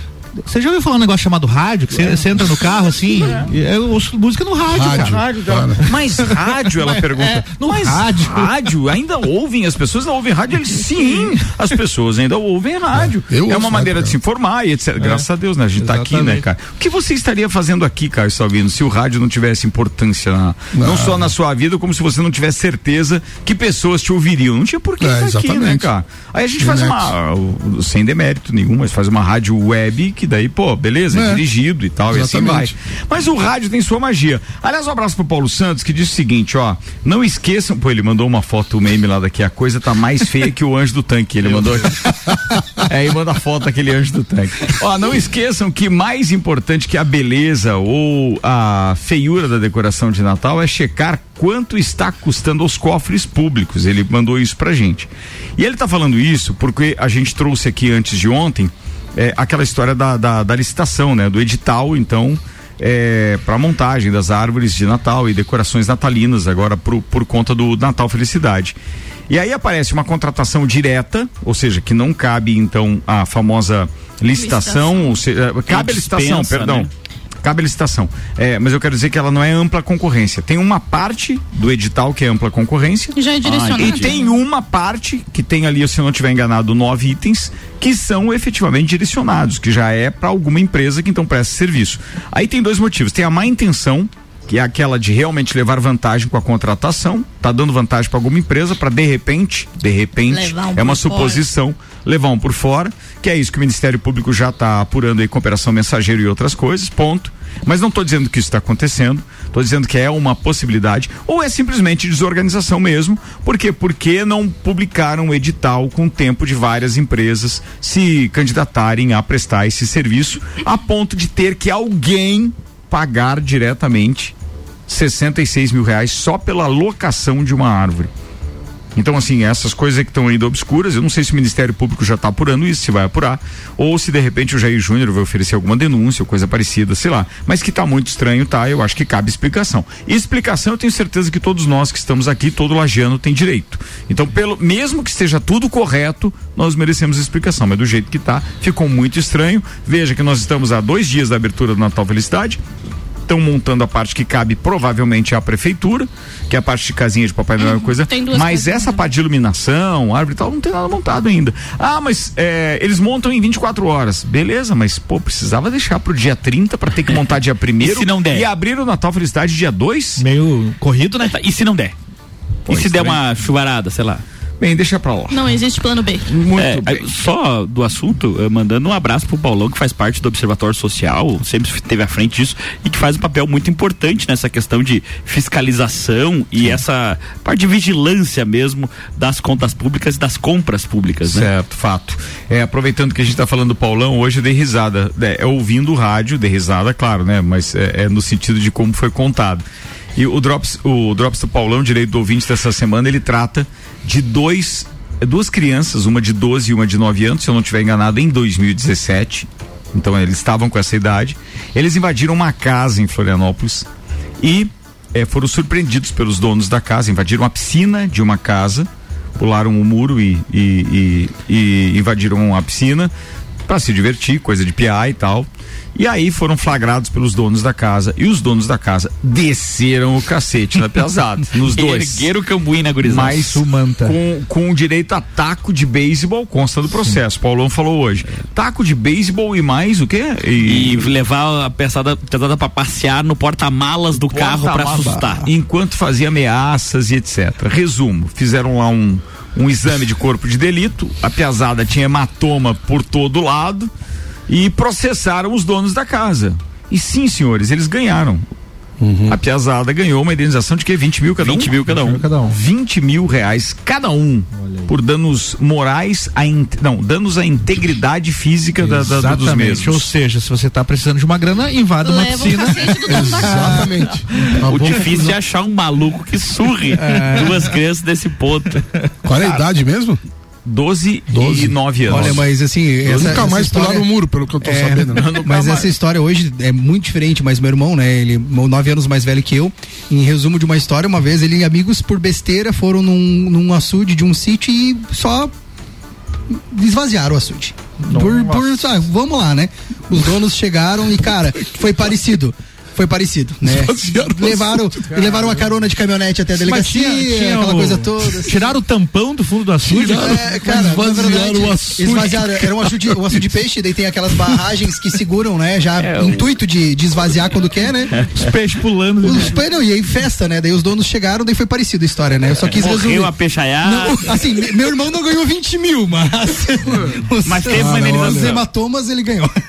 Você já ouviu falar um negócio chamado rádio? Que você, você entra no carro assim, e eu ouço música no rádio, Rádio, cara. cara. Mas rádio, ela pergunta. no mas rádio. rádio, ainda ouvem, as pessoas não ouvem rádio? Ele, sim, as pessoas ainda ouvem rádio. É, eu ouço é uma rádio, maneira cara. de se informar e etc. Graças a Deus, né? A gente tá aqui, né, Exatamente. cara? O que você estaria fazendo aqui, Carlos Salvino, se o rádio não tivesse importância, na- não, só na sua vida, como se você não tivesse certeza que pessoas te ouviriam? Não tinha por que É, estar aqui, né, exatamente. cara? Aí a gente faz uma, uh, sem demérito nenhum, mas faz uma rádio web que daí, pô, beleza, é É. dirigido e tal, e assim vai. Exatamente. Mas o rádio tem sua magia. Aliás, um abraço pro Paulo Santos que diz o seguinte, ó. Não esqueçam. Pô, ele mandou uma foto, o meme lá daqui. A coisa tá mais feia que o anjo do tanque. Ele mandou. Aí manda a foto daquele anjo do tanque. Ó, não esqueçam que mais importante que a beleza ou a feiura da decoração de Natal é checar quanto está custando aos cofres públicos. Ele mandou isso pra gente. E ele tá falando isso porque a gente trouxe aqui antes de ontem é, aquela história da, da, da licitação, né? Do edital, então, é, para montagem das árvores de Natal e decorações natalinas agora pro- por conta do Natal Felicidade. E aí aparece uma contratação direta, ou seja, que não cabe, então, a famosa licitação, ou seja, cabe a licitação, dispensa, perdão. né? Cabe a licitação. É, mas eu quero dizer que ela não é ampla concorrência. Tem uma parte do edital que é ampla concorrência. Já é direcionado. E tem um uma parte que tem ali, se eu não tiver enganado, nove itens que são efetivamente direcionados, que já é para alguma empresa que então presta serviço. Aí tem dois motivos. Tem a má intenção, que é aquela de realmente levar vantagem com a contratação, tá dando vantagem para alguma empresa para de repente, de repente, Levar um é uma por fora. suposição corrupção, levar um por fora, que é isso que o Ministério Público já está apurando aí com a Operação Mensageiro e outras coisas, ponto. Mas não estou dizendo que isso está acontecendo, estou dizendo que é uma possibilidade, ou é simplesmente desorganização mesmo, porque porque não publicaram o edital com o tempo de várias empresas se candidatarem a prestar esse serviço, a ponto de ter que alguém pagar diretamente 66 mil reais só pela locação de uma árvore. Então, assim, essas coisas que estão ainda obscuras, eu não sei se o Ministério Público já está apurando isso, se vai apurar, ou se de repente o Jair Júnior vai oferecer alguma denúncia ou coisa parecida, sei lá. Mas que tá muito estranho, tá? Eu acho que cabe explicação. E explicação eu tenho certeza que todos nós que estamos aqui, todo lagiano tem direito. Então, pelo mesmo que esteja tudo correto, nós merecemos explicação. Mas do jeito que tá, ficou muito estranho. Veja que nós estamos há dois dias da abertura do Natal Felicidade estão montando a parte que cabe provavelmente à prefeitura, que é a parte de casinha de Papai Noel e É coisa. tem duas Mas coisas, essa né? parte de iluminação, árvore e tal, não tem nada montado ainda. Ah, mas é, eles montam em 24 horas. Beleza, mas pô, precisava deixar pro dia 30 para ter que montar dia 1 E se não der? E abrir o Natal Felicidade dia 2? Meio corrido, né? Tá, E se não der? e se der né? uma chuvarada, sei lá? Bem, deixa pra lá. Não existe plano B. Muito É, bem. aí, só do assunto, eh, mandando um abraço pro Paulão, que faz parte do Observatório Social, sempre esteve à frente disso, e que faz um papel muito importante nessa questão de fiscalização e essa parte de vigilância mesmo das contas públicas e das compras públicas, né? Certo, fato. É, aproveitando que a gente tá falando do Paulão, hoje eu dei risada. É, é ouvindo o rádio, dei risada, claro, né? Mas é, é no sentido de como foi contado. E o Drops, o Drops do Paulão, direito do ouvinte dessa semana, ele trata de dois, duas crianças, uma de 12 e uma de 9 anos, se eu não estiver enganado, em 2017 então eles estavam com essa idade. Eles invadiram uma casa em Florianópolis e eh, foram surpreendidos pelos donos da casa, invadiram a piscina de uma casa, pularam o muro e, e- e- e invadiram a piscina para se divertir, coisa de piar e tal. E aí foram flagrados pelos donos da casa e os donos da casa desceram o cacete na pesada, nos dois. Ergueram o cambuí na gurizada. Mas Sumanta. com, com direito a taco de beisebol, consta do processo. Paulão falou hoje. Taco de beisebol e mais o quê? É. E levar a pesada, pesada pra passear no porta-malas do carro pra Porta-mala. assustar. Enquanto fazia ameaças e etc. Resumo: fizeram lá um, um exame de corpo de delito, a piazada tinha hematoma por todo lado e processaram os donos da casa. E sim, senhores, eles ganharam. A piazada ganhou uma indenização de que 20 mil cada um? 20 mil cada um. 20 20 mil reais cada um por danos morais, a in- não, danos à integridade física da, da- dos Exatamente. Ou mesmos. seja, se você tá precisando de uma grana, invada uma Leva um o um piscina. cacete do dono da casa. Exatamente. Ah, Uma O boa difícil é achar um maluco que surre É. duas crianças desse ponto. Qual é a idade mesmo? 12, e 12. 9 anos. Olha, mas assim. Eu essa- nunca essa mais história- pular no muro, pelo que eu tô É, sabendo. né? mas essa história hoje é muito diferente, mas meu irmão, né, ele mo- nove anos mais velho que eu, em resumo de uma história, uma vez ele e amigos por besteira foram num, num açude de um sítio e só esvaziaram o açude. Por, por- ah, vamos lá, né? Os donos chegaram e, cara, foi parecido. Foi parecido, né? Esvaziaram o Levaram, levaram uma carona de caminhonete até a Mas delegacia, aquela o- coisa toda. assim. Tiraram o tampão do fundo do açude. né? É, cara, na esvaziaram verdade, o açude. Esvaziaram. Era um açude, um açude de peixe, daí tem aquelas barragens que seguram, né? Já É, intuito de, de esvaziar quando quer, né? Os peixes pulando. Os, não, e aí festa, né? Daí os donos chegaram, daí foi parecida a história, né? Eu só quis resumir. Morreu a peixaiada. Não, assim, me- meu irmão não ganhou 20 mil, mas. os- Mas teve uma os indenização. hematomas ele ganhou.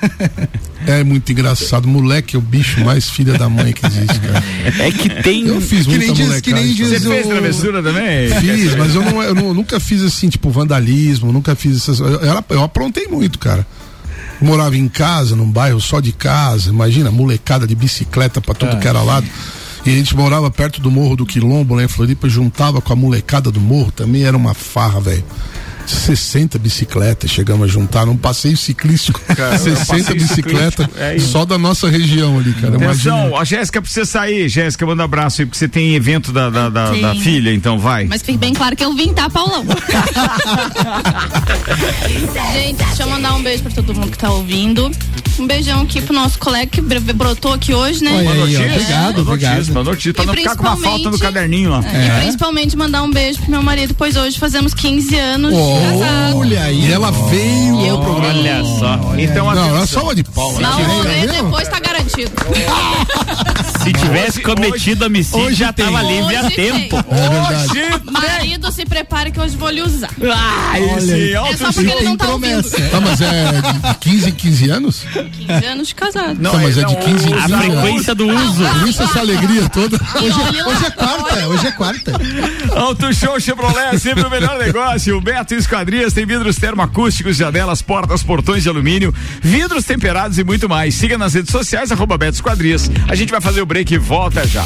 É muito engraçado. Moleque é o bicho mais filha da mãe que existe, cara. É que tem. Eu fiz Que muita nem diz, que nem molecagem, diz cara. o- também? Fiz, mas eu, não, eu não- nunca fiz assim, tipo, vandalismo, nunca fiz essas. Eu, eu- eu aprontei muito, cara. Morava em casa, num bairro só de casa, imagina, molecada de bicicleta pra tudo É. que era lado. E a gente morava perto do Morro do Quilombo, lá em Floripa, juntava com a molecada do morro, também era uma farra, velho. 60 bicicletas chegamos a juntar num passeio ciclístico. 60 bicicletas só da nossa região ali, cara. Imagina. Atenção, a Jéssica precisa sair. Jéssica, manda um abraço aí, porque você tem evento da, da, da- Sim. da filha, então vai. Mas fique bem claro que eu vim, tá, Paulão? Gente, deixa eu mandar um beijo pra todo mundo que tá ouvindo. Um beijão aqui pro nosso colega que br- brotou aqui hoje, né? Olha aí, ó. Notícia, Obrigado, uma notícia, obrigado. uma notícia, pra E não ficar com uma principalmente- É. falta no caderninho lá. É. E principalmente mandar um beijo pro meu marido, pois hoje fazemos 15 anos de casado. Olha aí. E ela veio. E eu Olha só. Então, Não, atenção. era salva de palmas. Não, Tirei, vou tá ver vendo? depois tá garantido. Se tivesse cometido homicídio, hoje já tava tem. livre há Hoje tem. tempo. É Hoje, Marido, se prepare que hoje vou lhe usar. Ah, esse É alto só porque ele não tá ouvindo. promessa. Tá, mas é de 15 em 15 anos? 15 anos de casado. Tá, mas é de 15 em a 15 anos. frequência do uso. Por isso essa alegria toda. Hoje, é- hoje é né? quarta, hoje é quarta. Auto Show Chevrolet, é sempre o melhor negócio. O Beto Esquadrias tem vidros termoacústicos, janelas, portas, portões de alumínio, vidros temperados e muito mais. Siga nas redes sociais, arroba Beto Esquadrias. A gente vai fazer o break e volta já.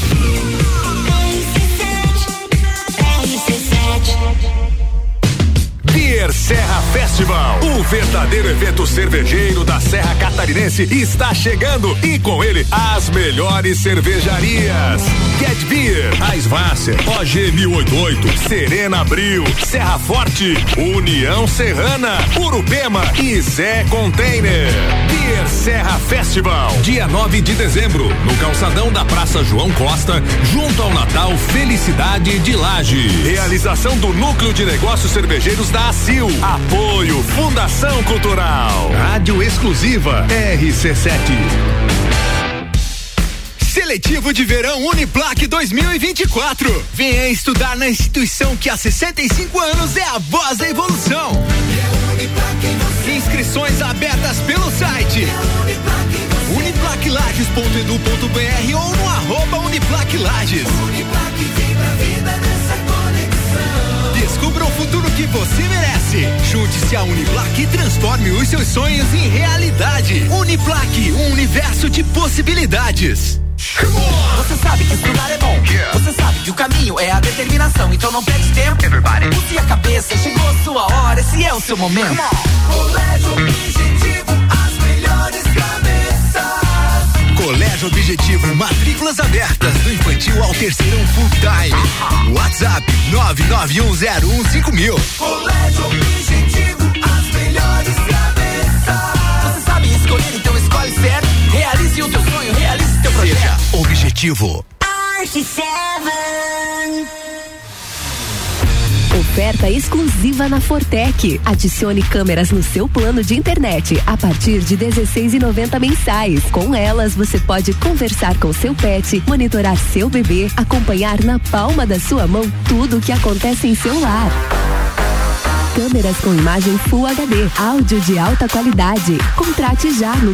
Beer Serra Festival, o verdadeiro evento cervejeiro da Serra Catarinense está chegando e com ele as melhores cervejarias. Get Beer, Eisvasser, OG 1088, Serena Abril, Serra Forte, União Serrana, Urupema e Zé Container. Beer Serra Festival, dia 9 de dezembro, no calçadão da Praça João Costa, junto ao Natal Felicidade de Lages. Realização do Núcleo de Negócios Cervejeiros da ACIL. Apoio Fundação Cultural. Rádio Exclusiva RC7. Seletivo de Verão Uniplac 2024. Venha estudar na instituição que há 65 anos é a voz da evolução. Inscrições abertas pelo site uniplaclages.edu.br ou no arroba Uniplac Lages. Descubra o futuro que você merece. Junte-se à Uniplac e transforme os seus sonhos em realidade. Uniplac, um universo de possibilidades. Você sabe que estudar é bom. Você sabe que o caminho é a determinação. Então não perde tempo. Everybody. Use a cabeça, chegou a sua hora. Esse é o seu momento. Colégio Objetivo, as melhores Colégio Objetivo, matrículas abertas do infantil ao terceirão full time. WhatsApp 991015000. Colégio Objetivo, as melhores cabeças. Você sabe escolher, então escolhe certo. Realize o teu sonho, realize teu projeto. Objetivo. Oferta exclusiva na Fortec. Adicione câmeras no seu plano de internet a partir de 16,90 mensais. Com elas, você pode conversar com seu pet, monitorar seu bebê, acompanhar na palma da sua mão tudo o que acontece em seu lar. Câmeras com imagem Full HD, áudio de alta qualidade. Contrate já no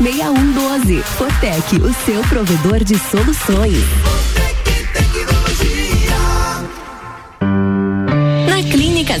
3251-6112. Fortec, o seu provedor de soluções. Na Clínica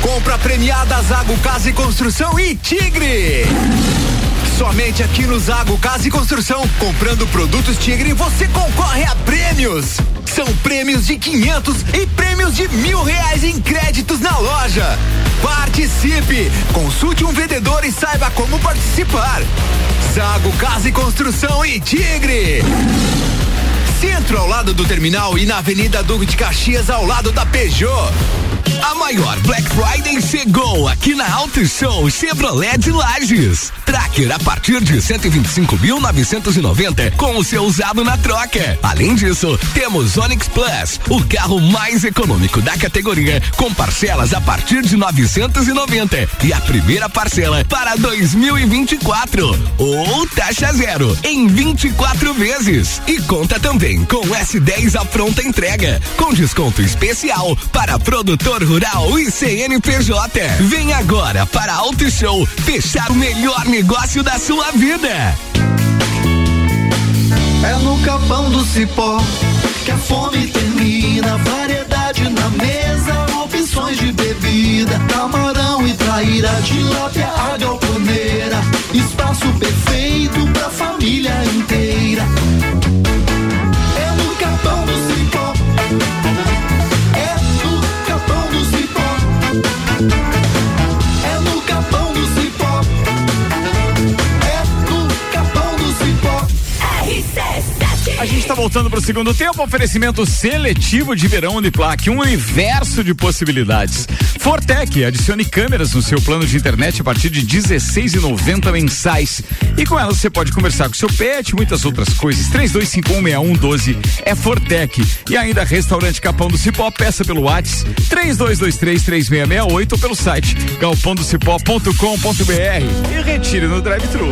Compra premiada Zago Casa e Construção e Tigre. Somente aqui no Zago Casa e Construção, comprando produtos Tigre, você concorre a prêmios. São prêmios de quinhentos e prêmios de mil reais em créditos na loja. Participe! Consulte um vendedor e saiba como participar. Zago Casa e Construção e Tigre. Centro ao lado do terminal e na Avenida Duque de Caxias ao lado da Peugeot. A maior Black Friday chegou aqui na Auto Show Chevrolet de Lages. Tracker a partir de 125.990 com o seu usado na troca. Além disso, temos Onix Plus, o carro mais econômico da categoria, com parcelas a partir de 990 e a primeira parcela para 2024 ou taxa zero em 24 vezes. E conta também com S10 à pronta entrega, com desconto especial para produtor rural e CNPJ. Vem agora para Auto Show fechar o melhor negócio da sua vida. É no capão do cipó que a fome termina. Variedade na mesa, opções de bebida, camarão e traíra, tilápia, a galponeira. Espaço perfeito pra família inteira. É no capão do cipó. É no capão do cipó. É no capão do cipó. É no capão do cipó. A gente está voltando para o segundo tempo. Oferecimento seletivo de verão Uniplac, um universo de possibilidades. Fortec, adicione câmeras no seu plano de internet a partir de 16,90 mensais. E com elas você pode conversar com seu pet, muitas outras coisas. 32516112 é Fortec. E ainda Restaurante Capão do Cipó, peça pelo Whats 32233668 ou pelo site galpondocipó.com.br e retire no drive-thru.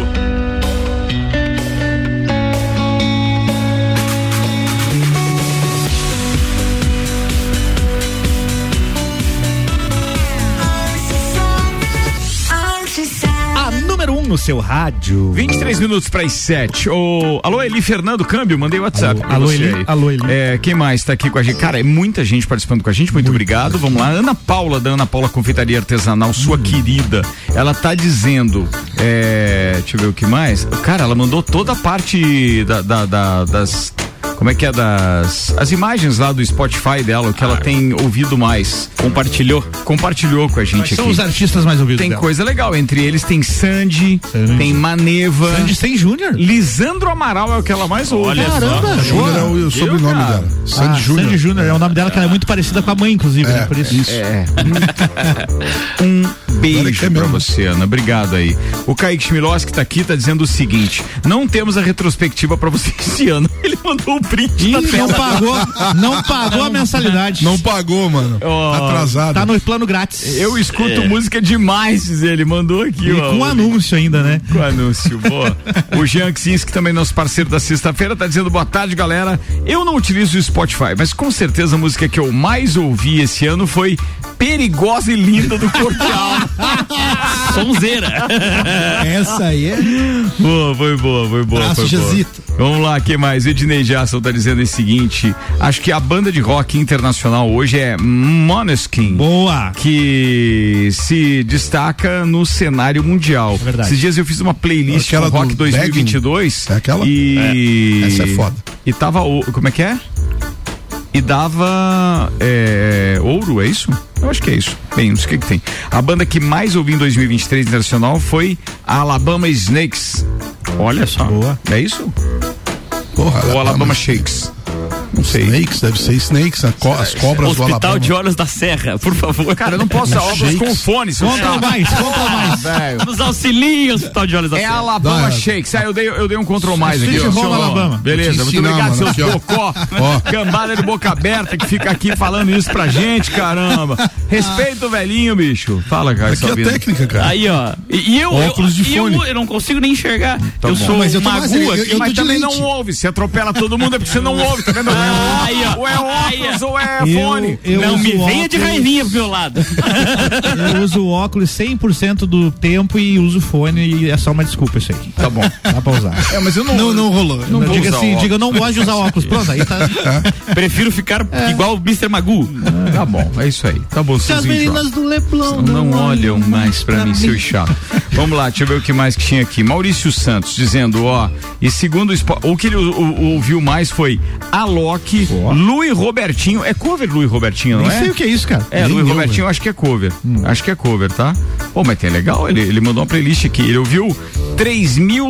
A número um no seu rádio. 23 minutos para as 7. Ô, alô, Eli Fernando Câmbio, mandei WhatsApp. pra Alô, você Eli, aí. alô, Eli. É, quem mais tá aqui com a gente? Cara, é muita gente participando com a gente, muito, obrigado. Vamos lá. Ana Paula, da Ana Paula Confeitaria Artesanal, sua Hum. querida, ela tá dizendo. É, deixa eu ver o que mais. Cara, ela mandou toda a parte da- da- da- das. Como é que é das. As imagens lá do Spotify dela, o que ela Ah. tem ouvido mais. Compartilhou? Compartilhou com a gente Mas são aqui. os artistas mais ouvidos Tem dela. coisa legal. Entre eles tem Sandy, Sandy. tem Maneva. Sandy Sem Júnior? Lisandro Amaral é o que ela mais ouve. Olha só. Júnior Caramba, é Júnior. o, o sobrenome cara? dela. Ah, Sandy Júnior. Sandy Júnior é o nome dela, que ela é muito parecida com a mãe, inclusive, né? Por isso. É. um Agora que beijo é pra mesmo. você, Ana. Obrigado aí. O Kaique Schmilos que tá aqui tá dizendo o seguinte: não temos a retrospectiva pra você esse ano. Ele mandou um print da Ih, não tela. pagou, não pagou a mensalidade. Não pagou, mano. Atrasado. Tá no plano grátis. Eu escuto É. música demais, diz ele. Mandou aqui, E ó. com anúncio ainda, né? Com anúncio, boa. O Jean Ksinski, também é nosso parceiro da sexta-feira, tá dizendo boa tarde, galera. Eu não utilizo o Spotify, mas com certeza a música que eu mais ouvi esse ano foi perigosa e linda do corpo e alma. Sonzeira. Essa aí é. Boa, foi boa, foi boa. Braço foi boa. Jesito. Vamos lá, que mais? Ednei Jackson tá dizendo o seguinte: acho que a banda de rock internacional hoje é Moneskin. Boa. Que se destaca no cenário mundial. verdade. Esses dias eu fiz uma playlist É Aquela com Rock do 2022. Begging? É aquela? E. É. Essa é foda. E tava. o- Como é que é? e dava é, ouro, é isso? Eu acho que é isso. Bem, não sei o que, que tem. A banda que mais ouvi em 2023 internacional foi a Alabama Snakes. Olha só. Boa. É isso? Porra, Ou Alabama Shakes? Não sei. Snakes, deve ser Snakes, a co- as cobras do Hospital Alabama. de Olhos da Serra, por favor. Cara, eu não posso dar obras Shakes. com fone, seu Conta chato. mais, conta mais. Ah, velho. Nos auxiliem, Hospital de Olhos da É Serra. Alabama Dá. Shakes. Ah, eu dei, eu dei um control mais aqui. Assiste ó. Roma, Seu- Alabama. Beleza, Vou te ensinar, muito obrigado, mano, seus aqui, ó. cocó. Ó. Cambada de boca aberta que fica aqui falando isso pra gente, caramba. Respeita o velhinho, bicho. Fala, cara. Ah. Aqui é a Salvino. técnica, cara. Aí, ó. E e eu, Óculos eu, de e eu, fone. eu não consigo nem enxergar. eu bom. sou Mas eu tô uma mais- agua eu- aqui. eu- um Mas tô de também lente. não ouve. Se atropela todo mundo é porque você não ouve, tá vendo? Aí, ó. Ou é óculos Aí, ó. ou é Eu- fone. eu não uso me venha óculos- de raivinha pro meu lado. Eu uso o óculos 100% do tempo e uso fone e é só uma desculpa isso aí. Tá bom. Dá pra usar. É, mas eu Não, não rolou. Não, vou diga usar assim, óculos. diga eu não gosto de usar óculos. Pronto, aí tá. Prefiro ficar igual o Mr. Magu. Tá bom, é isso aí. Tá bom, seus vídeos. do Leblon Não olham mais pra mim, seu chato. Vamos lá, deixa eu ver o que mais que tinha aqui. Maurício Santos dizendo, ó, e segundo o Spo- o que ele o- o- ouviu mais foi Alok, Lu e Robertinho. É cover Lu e Robertinho, não Não é? sei o que é isso, cara. É, Nem Lu e eu, Robertinho, eu acho que é cover. Acho que é cover, tá? Pô, mas tem legal, ele, ele mandou uma playlist aqui. Ele ouviu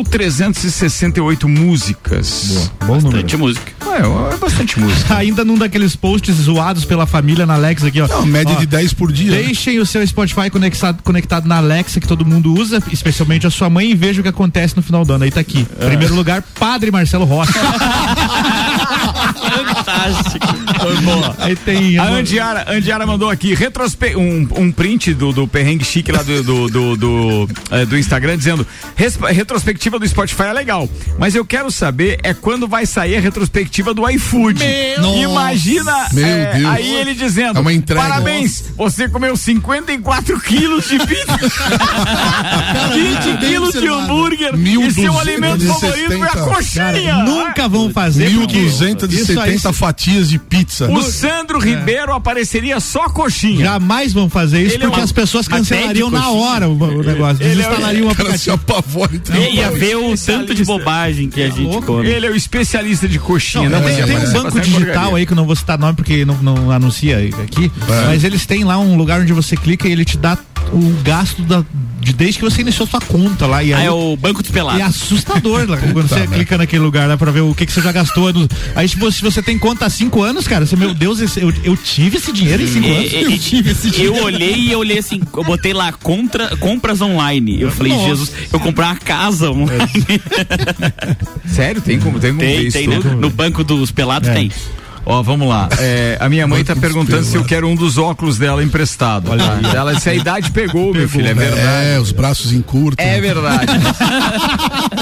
3.368 músicas. velho. né? Bom número. De música. É, é bastante música. Tá Ainda num daqueles posts zoados pela família na Alexa aqui, ó. Não, média Ó, de 10 por dia. né? Deixem o seu Spotify conectado, conectado na Alexa que todo mundo usa, especialmente a sua mãe, e veja o que acontece no final do ano. Aí tá aqui. É. Primeiro lugar, Padre Marcelo Rossi. Fantástico. Foi boa. Aí tem. A Andiara, Andiara mandou aqui retrospe um, um print do, do perrengue chique lá do, do, do, do, eh, do Instagram dizendo "Respa- retrospectiva do Spotify é legal, mas eu quero saber é quando vai sair a retrospectiva do iFood. Imagina Meu eh, Deus. aí ele dizendo É uma entrega. parabéns, você comeu 54 quilos de pizza, 20 quilos de hambúrguer e é seu 1.270. alimento favorito é a coxinha. Cara, nunca vão fazer. porque isso aí 1.270 fatias de pizza. O Sandro É. Ribeiro apareceria só coxinha. Jamais vão fazer isso Ele é porque uma- assim? as pessoas uma cancelariam técnica, na hora o, o negócio. Ele é- Desinstalariam o O cara se aplicativo. apavora. Então. E ia ver o tanto de bobagem Tá que a gente louco? come. Ele é o especialista de coxinha. Não, Não, mas tem, é- tem mas um é banco bastante digital porcaria. aí que eu não vou citar nome porque não, não anuncia aqui, mas eles têm lá um lugar onde você clica e ele te dá o gasto da, de desde que você iniciou sua conta lá e Ah, aí é o Banco dos E é Pelados. assustador lá, quando você clica naquele lugar lá pra ver o que, que você já gastou. no- Aí, tipo, se você tem conta há cinco anos, cara, você, meu Deus, esse- eu, eu tive esse dinheiro em cinco É, é, anos. é, eu olhei e eu olhei assim, eu botei lá contra, compras online. Eu falei, Nossa. Jesus, eu comprei uma casa online. Sério, tem como, tem como ver Tem, isso tem, né? tudo? No banco dos pelados É. tem. Ó, vamos lá. É, a minha mãe tá Banco dos perguntando se eu pelados. quero um dos óculos dela emprestado. Tá? Ela disse, a idade pegou, meu filho, é verdade. É, os braços encurtam. É verdade.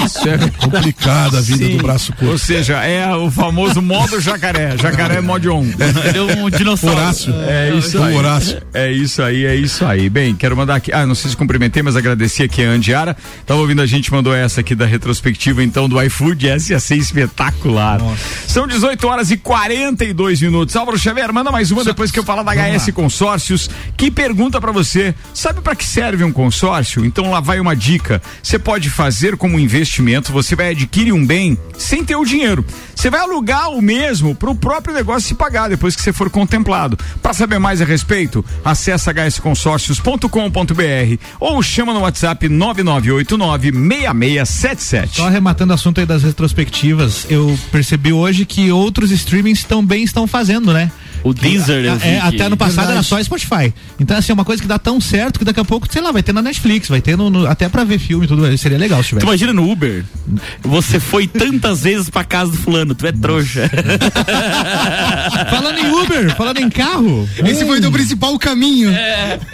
Isso é Complicada a vida Sim. do braço Ou curto. seja, é o famoso modo jacaré. Jacaré mod on. Deu um dinossauro. Horácio. É isso O aí. Horácio. É isso aí, é isso aí. Bem, quero mandar aqui. Ah, não sei se cumprimentei, mas agradeci aqui a Andiara. Tava ouvindo a gente, mandou essa aqui da retrospectiva, então, do iFood. Essa ia ser espetacular. São 18 horas e 42 minutos. Álvaro Xavier, manda mais uma depois que eu falar da HS Consórcios, que pergunta pra você: sabe pra que serve um consórcio? Então lá vai uma dica. Você pode fazer como um investimento, você vai adquirir um bem sem ter o dinheiro. Você vai alugar o mesmo para o próprio negócio se pagar depois que você for contemplado. Para saber mais a respeito, acessa hsconsórcios.com.br ou chama no WhatsApp 9989-6677. Só arrematando o assunto aí das retrospectivas, eu percebi hoje que outros streamings também estão fazendo, né? O Deezer, eu vi É, que- até ano passado Verdade. era só Spotify. Então, assim, é uma coisa que dá tão certo que daqui a pouco, sei lá, vai ter na Netflix, vai ter no, no- até pra ver filme e tudo. Seria legal se Tu tivesse. imagina no Uber? Você foi tantas vezes pra casa do fulano, tu é trouxa. Falando em Uber, falando em carro, Esse foi do principal caminho.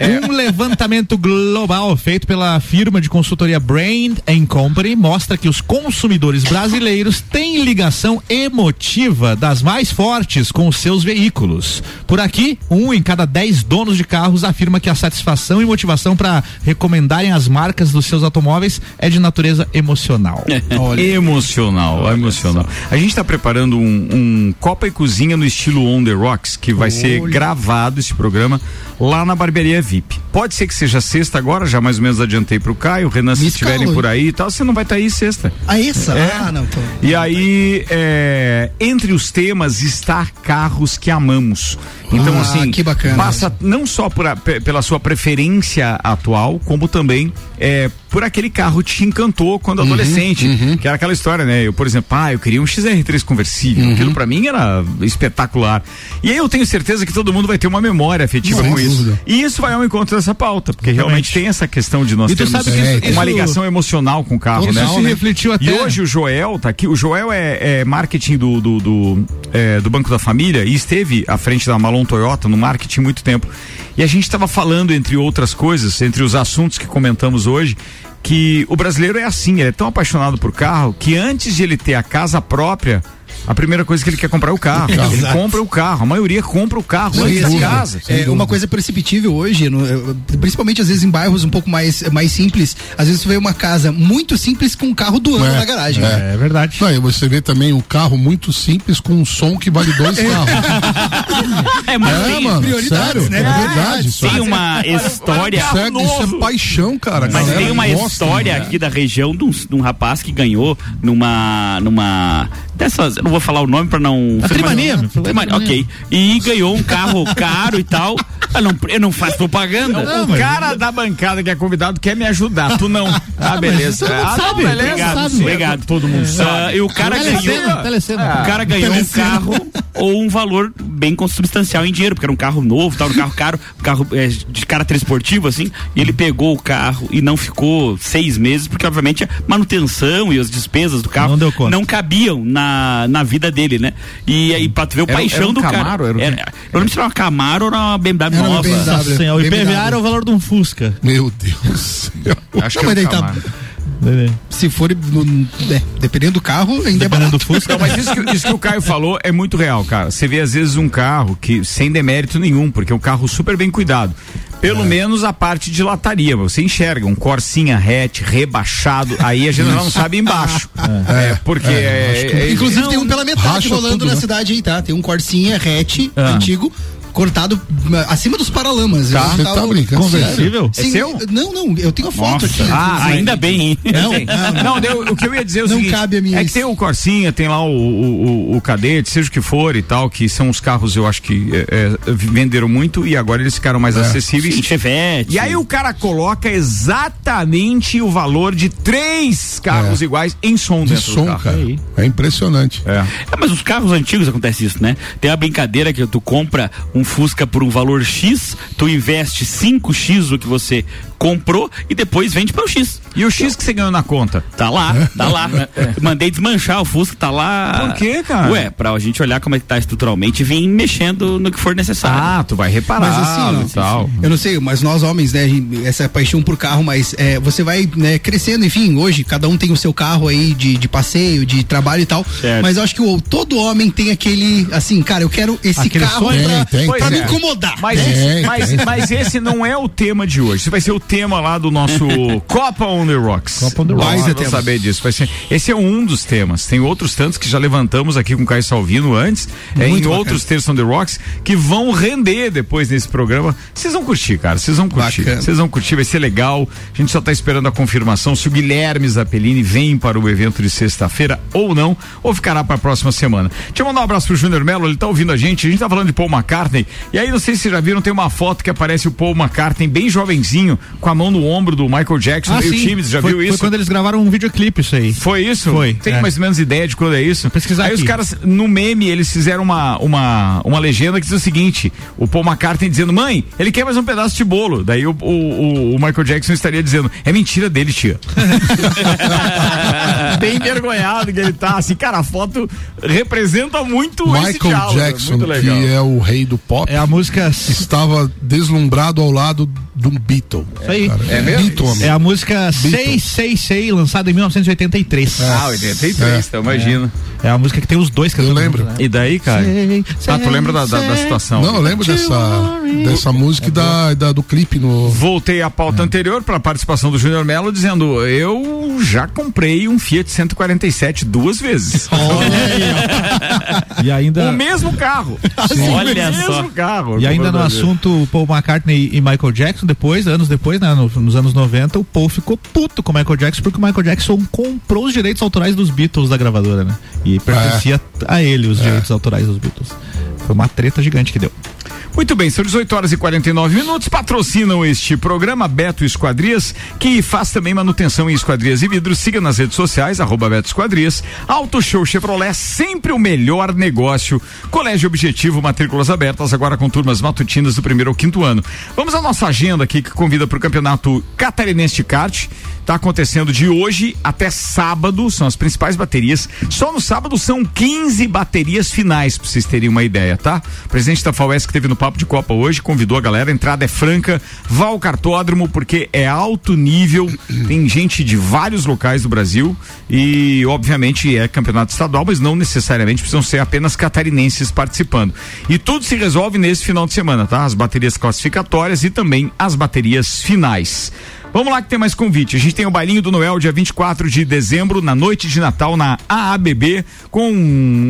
Um levantamento global feito pela firma de consultoria Brain and Company mostra que os consumidores brasileiros têm ligação emotiva das mais fortes com os seus veículos. veículos. Por aqui, um em cada dez donos de carros afirma que a satisfação e motivação para recomendarem as marcas dos seus automóveis é de natureza emocional. emocional, emocional. A gente está preparando um, um Copa e Cozinha no estilo On The Rocks, que vai ser gravado esse programa lá na Barbearia VIP. Pode ser que seja sexta agora, já mais ou menos adiantei pro Caio, Renan, se Me estiverem escalou. por aí e tal, você não vai estar aí sexta. Aí, essa? É. Ah, não, então. E aí, é, entre os temas está carros que amamos. Então, Ah, assim, que bacana. passa não só por a- pe- pela sua preferência atual, como também é, por aquele carro que te encantou quando Uhum, adolescente. Que era aquela história, né? Eu, por exemplo, ah, eu queria um XR3 Uhum. conversível. Aquilo pra mim era espetacular. E aí eu tenho certeza que todo mundo vai ter uma memória afetiva Sem com isso. dúvida. E isso vai ao encontro dessa pauta, porque realmente tem essa questão de nós E tu termos sabe que isso- uma isso- ligação emocional com o carro, Isso né? se refletiu até. E hoje o Joel tá aqui. O Joel é, é marketing do, do, do, é, do Banco da Família e esteve à frente da Malon Toyota no marketing muito tempo. E a gente estava falando, entre outras coisas, entre os assuntos que comentamos hoje, que o brasileiro é assim, ele é tão apaixonado por carro que antes de ele ter a casa própria. A primeira coisa que ele quer comprar é o carro. Ele compra o carro. A maioria compra o carro Não, antes e da assim, casa. é, uma coisa perceptível hoje, no- eh, principalmente às vezes em bairros um pouco mais, mais simples, às vezes você vê uma casa muito simples com um carro do ano É, na garagem. é. né? É verdade. Não, e você vê também um carro muito simples com um som que vale dois carros. É, mas É, tem, mano, prioridades, sério, né? é verdade. Isso, tem uma história. isso, é, isso é paixão, cara. Mas Galera tem uma gosta, história né? aqui da região de um, de um rapaz que ganhou numa. numa. dessas. eu Não vou falar o nome pra não. A trimania. Mas- Trimania, ok. E ganhou um carro caro e tal. Eu não, eu não faço propaganda. o cara da bancada que é convidado quer me ajudar, tu não. Ah, beleza. todo mundo Ah, não, sabe, beleza. todo mundo Obrigado, sabe. obrigado. Todo mundo sabe. e o cara ganhou. Telecena, telecena. Ah. O cara ganhou um carro ou um valor bem substancial em dinheiro, porque era um carro novo, tal, um carro caro, um carro é, de caráter esportivo, assim, e ele pegou o carro e não ficou seis meses, porque obviamente a manutenção e as despesas do carro Não deu conta. cabiam na, na vida dele, né? E aí, pra tu ver o Era- paixão era um do Camaro, cara. era o quê? eu não lembro se era uma Camaro ou era uma BMW Era uma nova. BMW. Nossa senhora, o IPVA era o valor de um Fusca. Meu Deus do céu. Acho Não, que mas é daí o tá- Camaro. Se for, no- é, dependendo do carro, ainda é Dependendo barato. do Fusca. Não, mas isso que, isso que o Caio falou é muito real, cara. Você vê às vezes um carro que sem demérito nenhum, porque é um carro super bem cuidado. Pelo É. menos a parte de lataria, você enxerga um Corsinha hatch rebaixado, aí a gente não sabe embaixo. É, porque é, é- Inclusive tem um pela metade racha rolando tudo, na né? cidade aí, tá? Tem um Corsinha hatch antigo cortado ah, acima dos paralamas. Tá. Eu Você tava- tá brincando? Conversível? É seu? Não, não, eu tenho a foto Nossa. aqui. Ah, ainda bem, hein? Não, não, deu- o que eu ia dizer é o Não seguinte, cabe a mim é que isso. tem o Corsinha, tem lá o, o, o- o Cadete, seja o que for e tal, que são os carros, eu acho que é, é, venderam muito e agora eles ficaram É. mais acessíveis. Chevette. um E aí o cara coloca exatamente o valor de três carros iguais em som De dentro do som, carro. cara. É impressionante. É. É, mas os carros antigos acontece isso, né? Tem a brincadeira que tu compra um Fusca por um valor X, tu investe 5x o que você comprou e depois vende para o X. E o X que você ganhou na conta? Tá lá, tá lá. Mandei desmanchar o Fusca, tá lá. É. Por quê, cara? Ué, pra gente olhar como é que tá estruturalmente e vir mexendo no que for necessário. Ah, tu vai reparar Mas assim, ó, e tal. Eu não sei, mas nós homens, né, a gente- essa paixão por carro, mas é, você vai né, crescendo, enfim, hoje cada um tem o seu carro aí de, de passeio, de trabalho e tal. Certo. Mas eu acho que o- todo homem tem aquele, assim, cara, eu quero esse Aquele carro sonho. pra, Tem, tem, pra tem. me Tá. incomodar. Mas, É, esse, é. mas, mas esse não é o tema de hoje. Esse vai ser o tema lá do nosso Copa on the Rocks. Copa on the Rocks. Nós Vai vamos saber disso. Vai ser, esse é um dos temas. Tem outros tantos que já levantamos aqui com o Caio Salvino antes, é, em outros textos on the Rocks, que vão render depois nesse programa. Vocês vão curtir, cara. Vocês vão curtir. Bacana. Vocês vão curtir, vai ser legal. A gente só tá esperando a confirmação se o Guilherme Zappellini vem para o evento de sexta-feira ou não, ou ficará para a próxima semana. Deixa eu mandar um abraço pro Júnior Melo, ele tá ouvindo a gente. A gente tá falando de Paul McCartney. E aí, não sei se vocês já viram, tem uma foto que aparece o Paul McCartney bem jovenzinho, com a mão no ombro do Michael Jackson, meio tímido. Já Ah, foi, viu isso? Foi quando eles gravaram um videoclipe, isso aí. Foi isso? Foi, Tem é. mais ou menos ideia de quando é isso? pesquisar Aí os aqui. caras, no meme, eles fizeram uma, uma, uma legenda que diz o seguinte: o Paul McCartney dizendo, mãe, ele quer mais um pedaço de bolo. Daí o, o, o- o Michael Jackson estaria dizendo, é mentira dele, tia. Bem envergonhado que ele tá. Assim, cara, a foto representa muito esse Michael diálogo. Jackson, muito legal. que é o rei do pop, É a música. Isso estava deslumbrado ao lado de um Beatle. aí. Cara, um É mesmo? Beatle, amigo. É a música 666, lançada em 1983. Ah, 83, É. então imagina. É a música que tem os dois que Eu lembro. E daí, cara? Sei, ah, tu sei, lembra da, da- da sei. situação? Não, eu lembro dessa, dessa música e da, da- do clipe no. Voltei à pauta anterior para a participação do Júnior Melo dizendo: Eu já comprei um Fiat 147 duas vezes. E ainda. o mesmo carro. Olha o só. mesmo carro. E ainda no Meu Deus. assunto Paul McCartney e Michael Jackson, depois, anos depois, né, no- nos anos 90, o Paul ficou puto com o Michael Jackson porque o Michael Jackson comprou os direitos autorais dos Beatles da gravadora, né? E pertencia a ele os direitos autorais dos Beatles. Foi uma treta gigante que deu. Muito bem, são 18 horas e 49 minutos. Patrocinam este programa Beto Esquadrias, que faz também manutenção em esquadrias e vidros. Siga nas redes sociais, arroba Beto Esquadrias. Auto Show Chevrolet, sempre o melhor negócio. Colégio Objetivo, matrículas abertas, agora com turmas matutinas do primeiro ao quinto ano. Vamos à nossa agenda aqui, que convida para o Campeonato Catarinense de Kart. Está acontecendo de hoje até sábado, são as principais baterias. Só no sábado são 15 baterias finais, para vocês terem uma ideia, tá? O presidente da FAUESC teve no Papo de Copa hoje, convidou a galera, a entrada é franca, vá ao cartódromo, porque é alto nível, tem gente de vários locais do Brasil e, obviamente, é campeonato estadual, mas não necessariamente precisam ser apenas catarinenses participando. E tudo se resolve nesse final de semana, tá? As baterias classificatórias e também as baterias finais. Vamos lá que tem mais convite. A gente tem o Bailinho do Noel, dia 24 de dezembro, na noite de Natal, na AABB,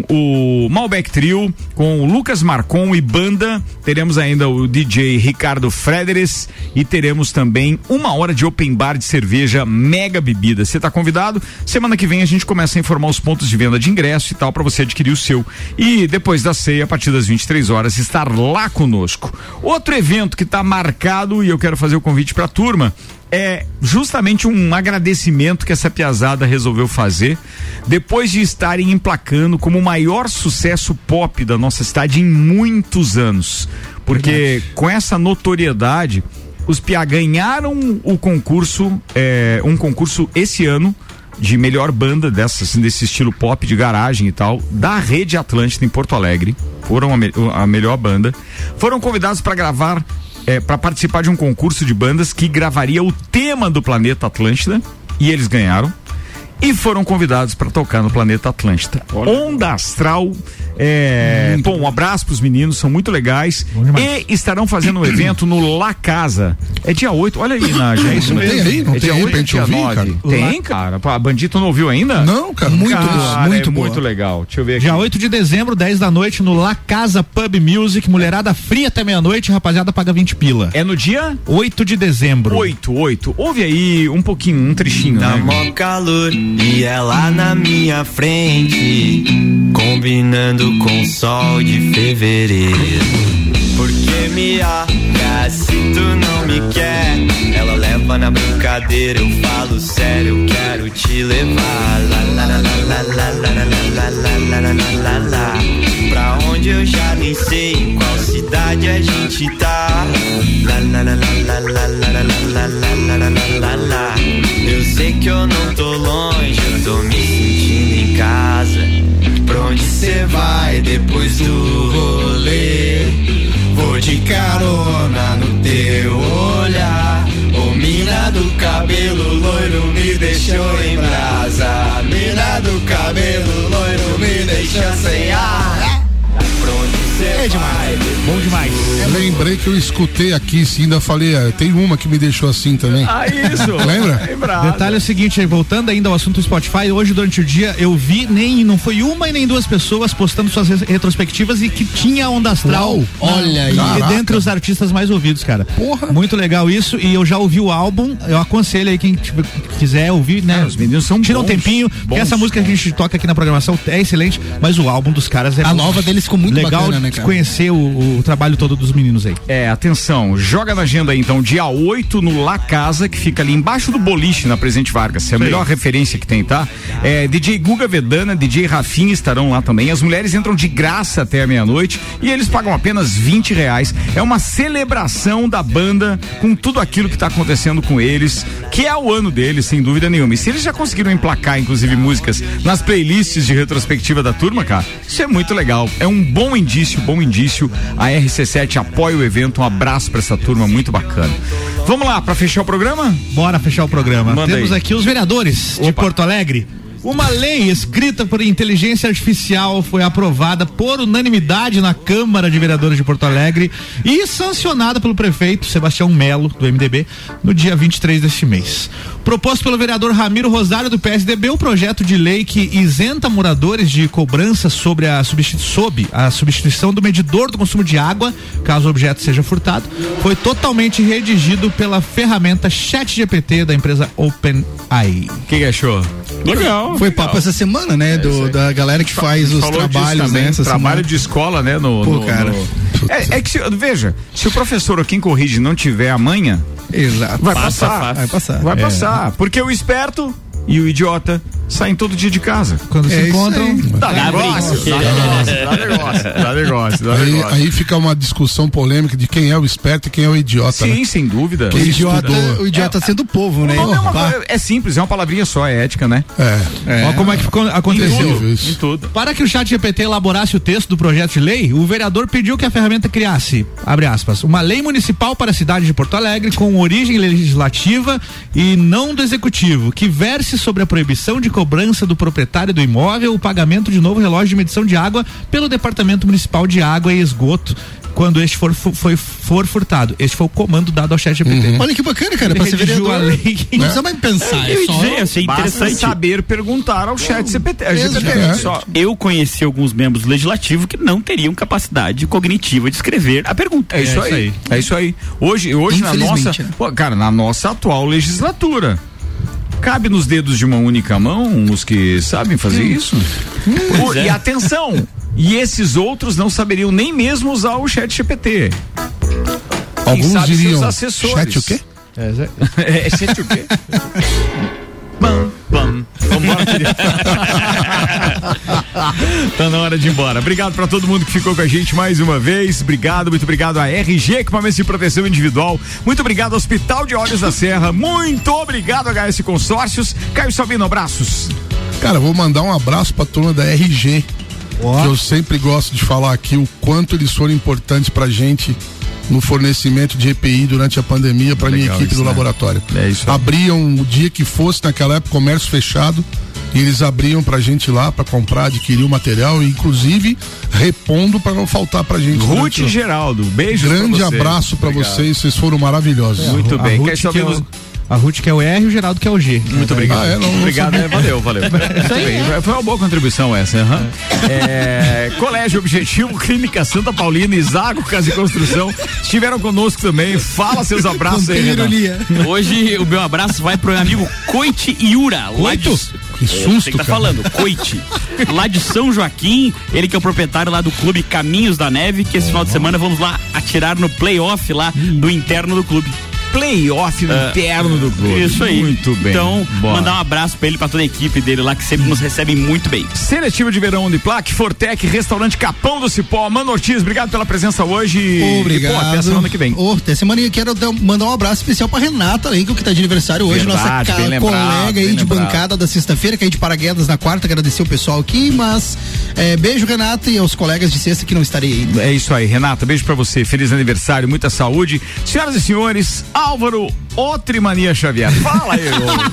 com o Malbec Trio, com o Lucas Marcon e banda. Teremos ainda o DJ Ricardo Frederes e teremos também uma hora de open bar de cerveja mega bebida. Você está convidado? Semana que vem a gente começa a informar os pontos de venda de ingresso e tal para você adquirir o seu. E depois da ceia, a partir das 23 horas, estar lá conosco. Outro evento que está marcado e eu quero fazer o convite para a turma é justamente um agradecimento que essa piazada resolveu fazer depois de estarem emplacando como o maior sucesso pop da nossa cidade em muitos anos. Porque com essa notoriedade, os Piá ganharam o concurso, é, um concurso esse ano de melhor banda dessa, assim, desse estilo pop de garagem e tal, da Rede Atlântida em Porto Alegre. Foram a, me- a melhor banda. Foram convidados para gravar, para participar de um concurso de bandas que gravaria o tema do planeta Atlântida. E eles ganharam e foram convidados para tocar no Planeta Atlântida. Onda Astral. É, bom, um abraço pros meninos, são muito legais. E estarão fazendo um evento no La Casa. É dia 8, olha aí, Nádia, é isso Não tem mesmo. aí? Não é tem dia aí 8 pra e gente dia ouvir, 9. cara? Tem, cara. Pá, Bandito não ouviu ainda? Não, cara. Muito Cara, boa, é muito boa. muito legal. Deixa eu ver aqui. Dia 8 de dezembro, 10 da noite, no La Casa Pub Music, mulherada fria até meia-noite, rapaziada paga 20 pila. É no dia 8 de dezembro. 8, 8. Ouve aí um pouquinho, um trechinho, Tá né? mó calor e ela na minha frente, combinando com o sol de fevereiro. Porque me aga se tu não me quer, ela leva na brincadeira, eu falo sério, eu quero te levar. Lá, lá, lá, lá, lá, lá, lá, lá, lá, lá, lá, lá, lá, lá. Pra onde eu já nem sei em qual cidade a gente tá. Lá, lá, lá, lá, lá, lá, lá, lá, lá, lá, lá, lá, lá, lá. Eu sei que eu não tô longe, eu tô me sentindo em casa. Pra onde cê vai depois do rolê? Vou de carona no teu olhar. Ô mina do cabelo loiro me deixou em brasa. Mina do cabelo loiro me deixa sem ar. Pra onde cê vai? Bom demais. Lembrei que eu escutei aqui, sim, ainda falei, ah, tem uma que me deixou assim também. Ah, isso. Lembra? Detalhe é o seguinte, aí, voltando ainda ao assunto Spotify, hoje durante o dia eu vi nem não foi uma e nem duas pessoas postando suas re- retrospectivas e que tinha onda astral. Uau, olha aí. E Caraca. dentre os artistas mais ouvidos, cara. Porra. Muito legal isso e eu já ouvi o álbum, eu aconselho aí quem tiver- quiser ouvir, né? É, os meninos são Tira um bons, tempinho, porque bons, essa música que a gente toca aqui na programação é excelente, mas o álbum dos caras é A nova deles ficou muito legal bacana, né, de cara? conhecer o, o trabalho todo dos meninos aí. É, atenção, joga na agenda aí, então, dia 8 no La Casa, que fica ali embaixo do boliche na Presidente Vargas. É a melhor referência que tem, tá? É, DJ Guga Vedana, DJ Rafinha estarão lá também. As mulheres entram de graça até a meia-noite e eles pagam apenas 20 reais. É uma celebração da banda com tudo aquilo que tá acontecendo com eles, que é o ano deles, sem dúvida nenhuma. E se eles já conseguiram emplacar, inclusive, músicas nas playlists de retrospectiva da turma, cara, isso é muito legal. É um bom indício, bom indício. A RC7 apoia o evento. Um abraço pra essa turma, muito bacana. Vamos lá, pra fechar o programa? Bora fechar o programa. Manda Temos aí. aqui os vereadores de Porto Alegre. Uma lei escrita por inteligência artificial foi aprovada por unanimidade na Câmara de Vereadores de Porto Alegre e sancionada pelo prefeito Sebastião Melo, do MDB, no dia 23 deste mês. Proposto pelo vereador Ramiro Rosário, do PSDB, o um projeto de lei que isenta moradores de cobrança sobre a, substitu sob a substituição do medidor do consumo de água, caso o objeto seja furtado, foi totalmente redigido pela ferramenta ChatGPT da empresa OpenAI. O que, que achou? Legal. Foi papo essa semana, É né? Do, da galera que faz os Falou disso trabalhos, também, né? Essa Trabalho semana. de escola, né? No, Pô, no- cara. no- É, é que, se, veja, se o professor ou quem corrige não tiver a manha, Exato. vai Passa passar. fácil. Vai passar. É. Vai passar. Porque o esperto e o idiota saem todo dia de casa. Quando É se isso encontram, aí. Dá Dá negócio, brinco. dá tá. negócio, dá negócio, dá negócio, dá Aí, negócio. aí fica uma discussão polêmica de quem é o esperto e quem é o idiota. né? Sim, sem dúvida. Então, O idiota, estudou. o idiota sendo o povo, né? Não, não, é, uma Pá. coisa- é simples, é uma palavrinha só, é ética, né? É. Olha como é que ficou- aconteceu. Terrível isso. Em tudo. Para que o chat GPT elaborasse o texto do projeto de lei, o vereador pediu que a ferramenta criasse, abre aspas, uma lei municipal para a cidade de Porto Alegre com origem legislativa e não do executivo, que verse sobre a proibição de cobrança do proprietário do imóvel o pagamento de novo relógio de medição de água pelo Departamento Municipal de Água e Esgoto quando este for, fu- foi, for furtado. Este foi o comando dado ao chat GPT. Olha que bacana, cara. Uhum. É Pra ser Redigiu vereador. né? a lei. Não precisa mais pensar. É Eu ia só. dizer, achei Basta interessante. saber perguntar ao chat CPT. a GPT, Exatamente. só. Eu conheci alguns membros do legislativo que não teriam capacidade cognitiva de escrever a pergunta. É isso, aí. É isso aí. Hoje, hoje na nossa, Infelizmente, né? pô, cara, na nossa atual legislatura. Cabe nos dedos de uma única mão os que sabem fazer isso? Pô, E atenção, e esses outros não saberiam nem mesmo usar o chat GPT. Alguns sabe seus diriam. assessores. Chat o quê? É, é chat o quê? Bam, bam. Vambora, querido. Tá na hora de ir embora. Obrigado pra todo mundo que ficou com a gente mais uma vez. Obrigado, muito obrigado a RG Equipamentos de Proteção Individual. Muito obrigado ao Hospital de Olhos da Serra. Muito obrigado a HS Consórcios. Caio Sabino, abraços. Cara, vou mandar um abraço pra turma da RG. Que eu sempre gosto de falar aqui o quanto eles foram importantes pra gente no fornecimento de EPI durante a pandemia pra minha Legal equipe isso, do né? laboratório. É isso aí. Abriam o dia que fosse, naquela época, comércio fechado. E eles abriam pra gente lá pra comprar, adquirir o material e inclusive repondo pra não faltar pra gente. Ruth durante e o- Geraldo, beijo. Grande abraço pra vocês, vocês foram maravilhosos. Muito A bem. Ruth Caio que é o- Sabino, A Ruth que é o R e o Geraldo que é o G. Muito obrigado. Ah, é, não, não obrigado, é, valeu, valeu. Muito bem, Foi uma boa contribuição essa. aham. É, Colégio Objetivo, Clínica Santa Paulina, Isago Casa de Construção estiveram conosco também. Fala seus abraços aí, Tem Renan. ironia. Hoje o meu abraço vai pro meu amigo Coite Iura. Coito? Que Você susto, que tá cara. falando, Coite. Lá de São Joaquim, ele que é o proprietário lá do clube Caminhos da Neve, que esse final de semana vamos lá atirar no playoff lá do interno do clube. Playoff no interno do clube. Isso aí. Muito bem. Então, Bora. mandar um abraço pra ele, pra toda a equipe dele lá, que sempre nos recebem muito bem. Seletivo de Verão Uniplac, Fortec, Restaurante Capão do Cipó, Mano Ortiz, obrigado pela presença hoje. e, Obrigado. pô, até semana que vem. Ô, até semana que quero dar- mandar um abraço especial pra Renata Lenco, que tá de É. aniversário hoje, Verdade, nossa ca- bem lembrado, colega aí bem de lembrado. bancada da sexta-feira, que é de paraguedas na quarta, agradecer o pessoal aqui, mas é, beijo, Renata, e aos colegas de sexta que não estarei aí. É isso aí, Renata. Beijo pra você. Feliz aniversário, muita saúde. Senhoras e senhores, Álvaro Otrimania Xavier. Fala aí, ô.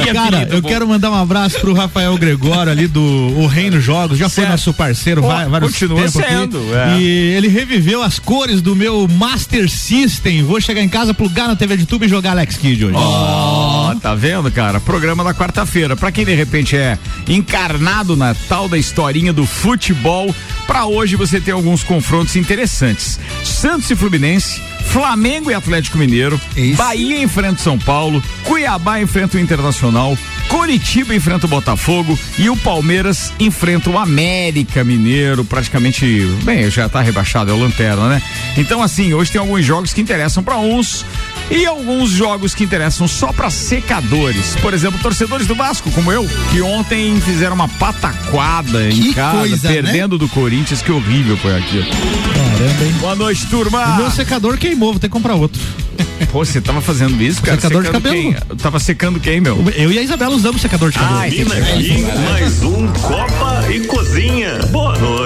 Que Cara, apelido eu bom. quero mandar um abraço pro Rafael Gregório ali do O Reino Jogos, já foi Certo. nosso parceiro Ó, vai- vários continua tempo aqui. sendo, é. E ele reviveu as cores do meu Master System. Vou chegar em casa, plugar na TV de tubo e jogar Alex Kidd hoje. Ó, tá vendo, cara? Programa da quarta-feira. Pra quem de repente é encarnado na tal da historinha do futebol, pra hoje você tem alguns confrontos interessantes. Santos e Fluminense, Flamengo e Atlético Mineiro, Esse- Bahia enfrenta o São Paulo, Cuiabá enfrenta o Internacional, Coritiba enfrenta o Botafogo e o Palmeiras enfrenta o América Mineiro, praticamente, bem, já tá rebaixado, é o Lanterna, né? Então assim, hoje tem alguns jogos que interessam pra uns e alguns jogos que interessam só pra secadores. Por exemplo, torcedores do Vasco, como eu, que ontem fizeram uma pataquada em Que casa, coisa, né? perdendo do Corinthians, que horrível foi aquilo. Caramba, hein? Boa noite, O turma. meu secador queimou, vou ter que comprar outro. Pô, você tava fazendo isso, cara? Secador de Secando cabelo. Quem? Tava secando quem, meu? Eu e Ah, a Isabela usamos secador de cabelo. Ai, Termina aqui mais um Copa e Cozinha. Boa noite.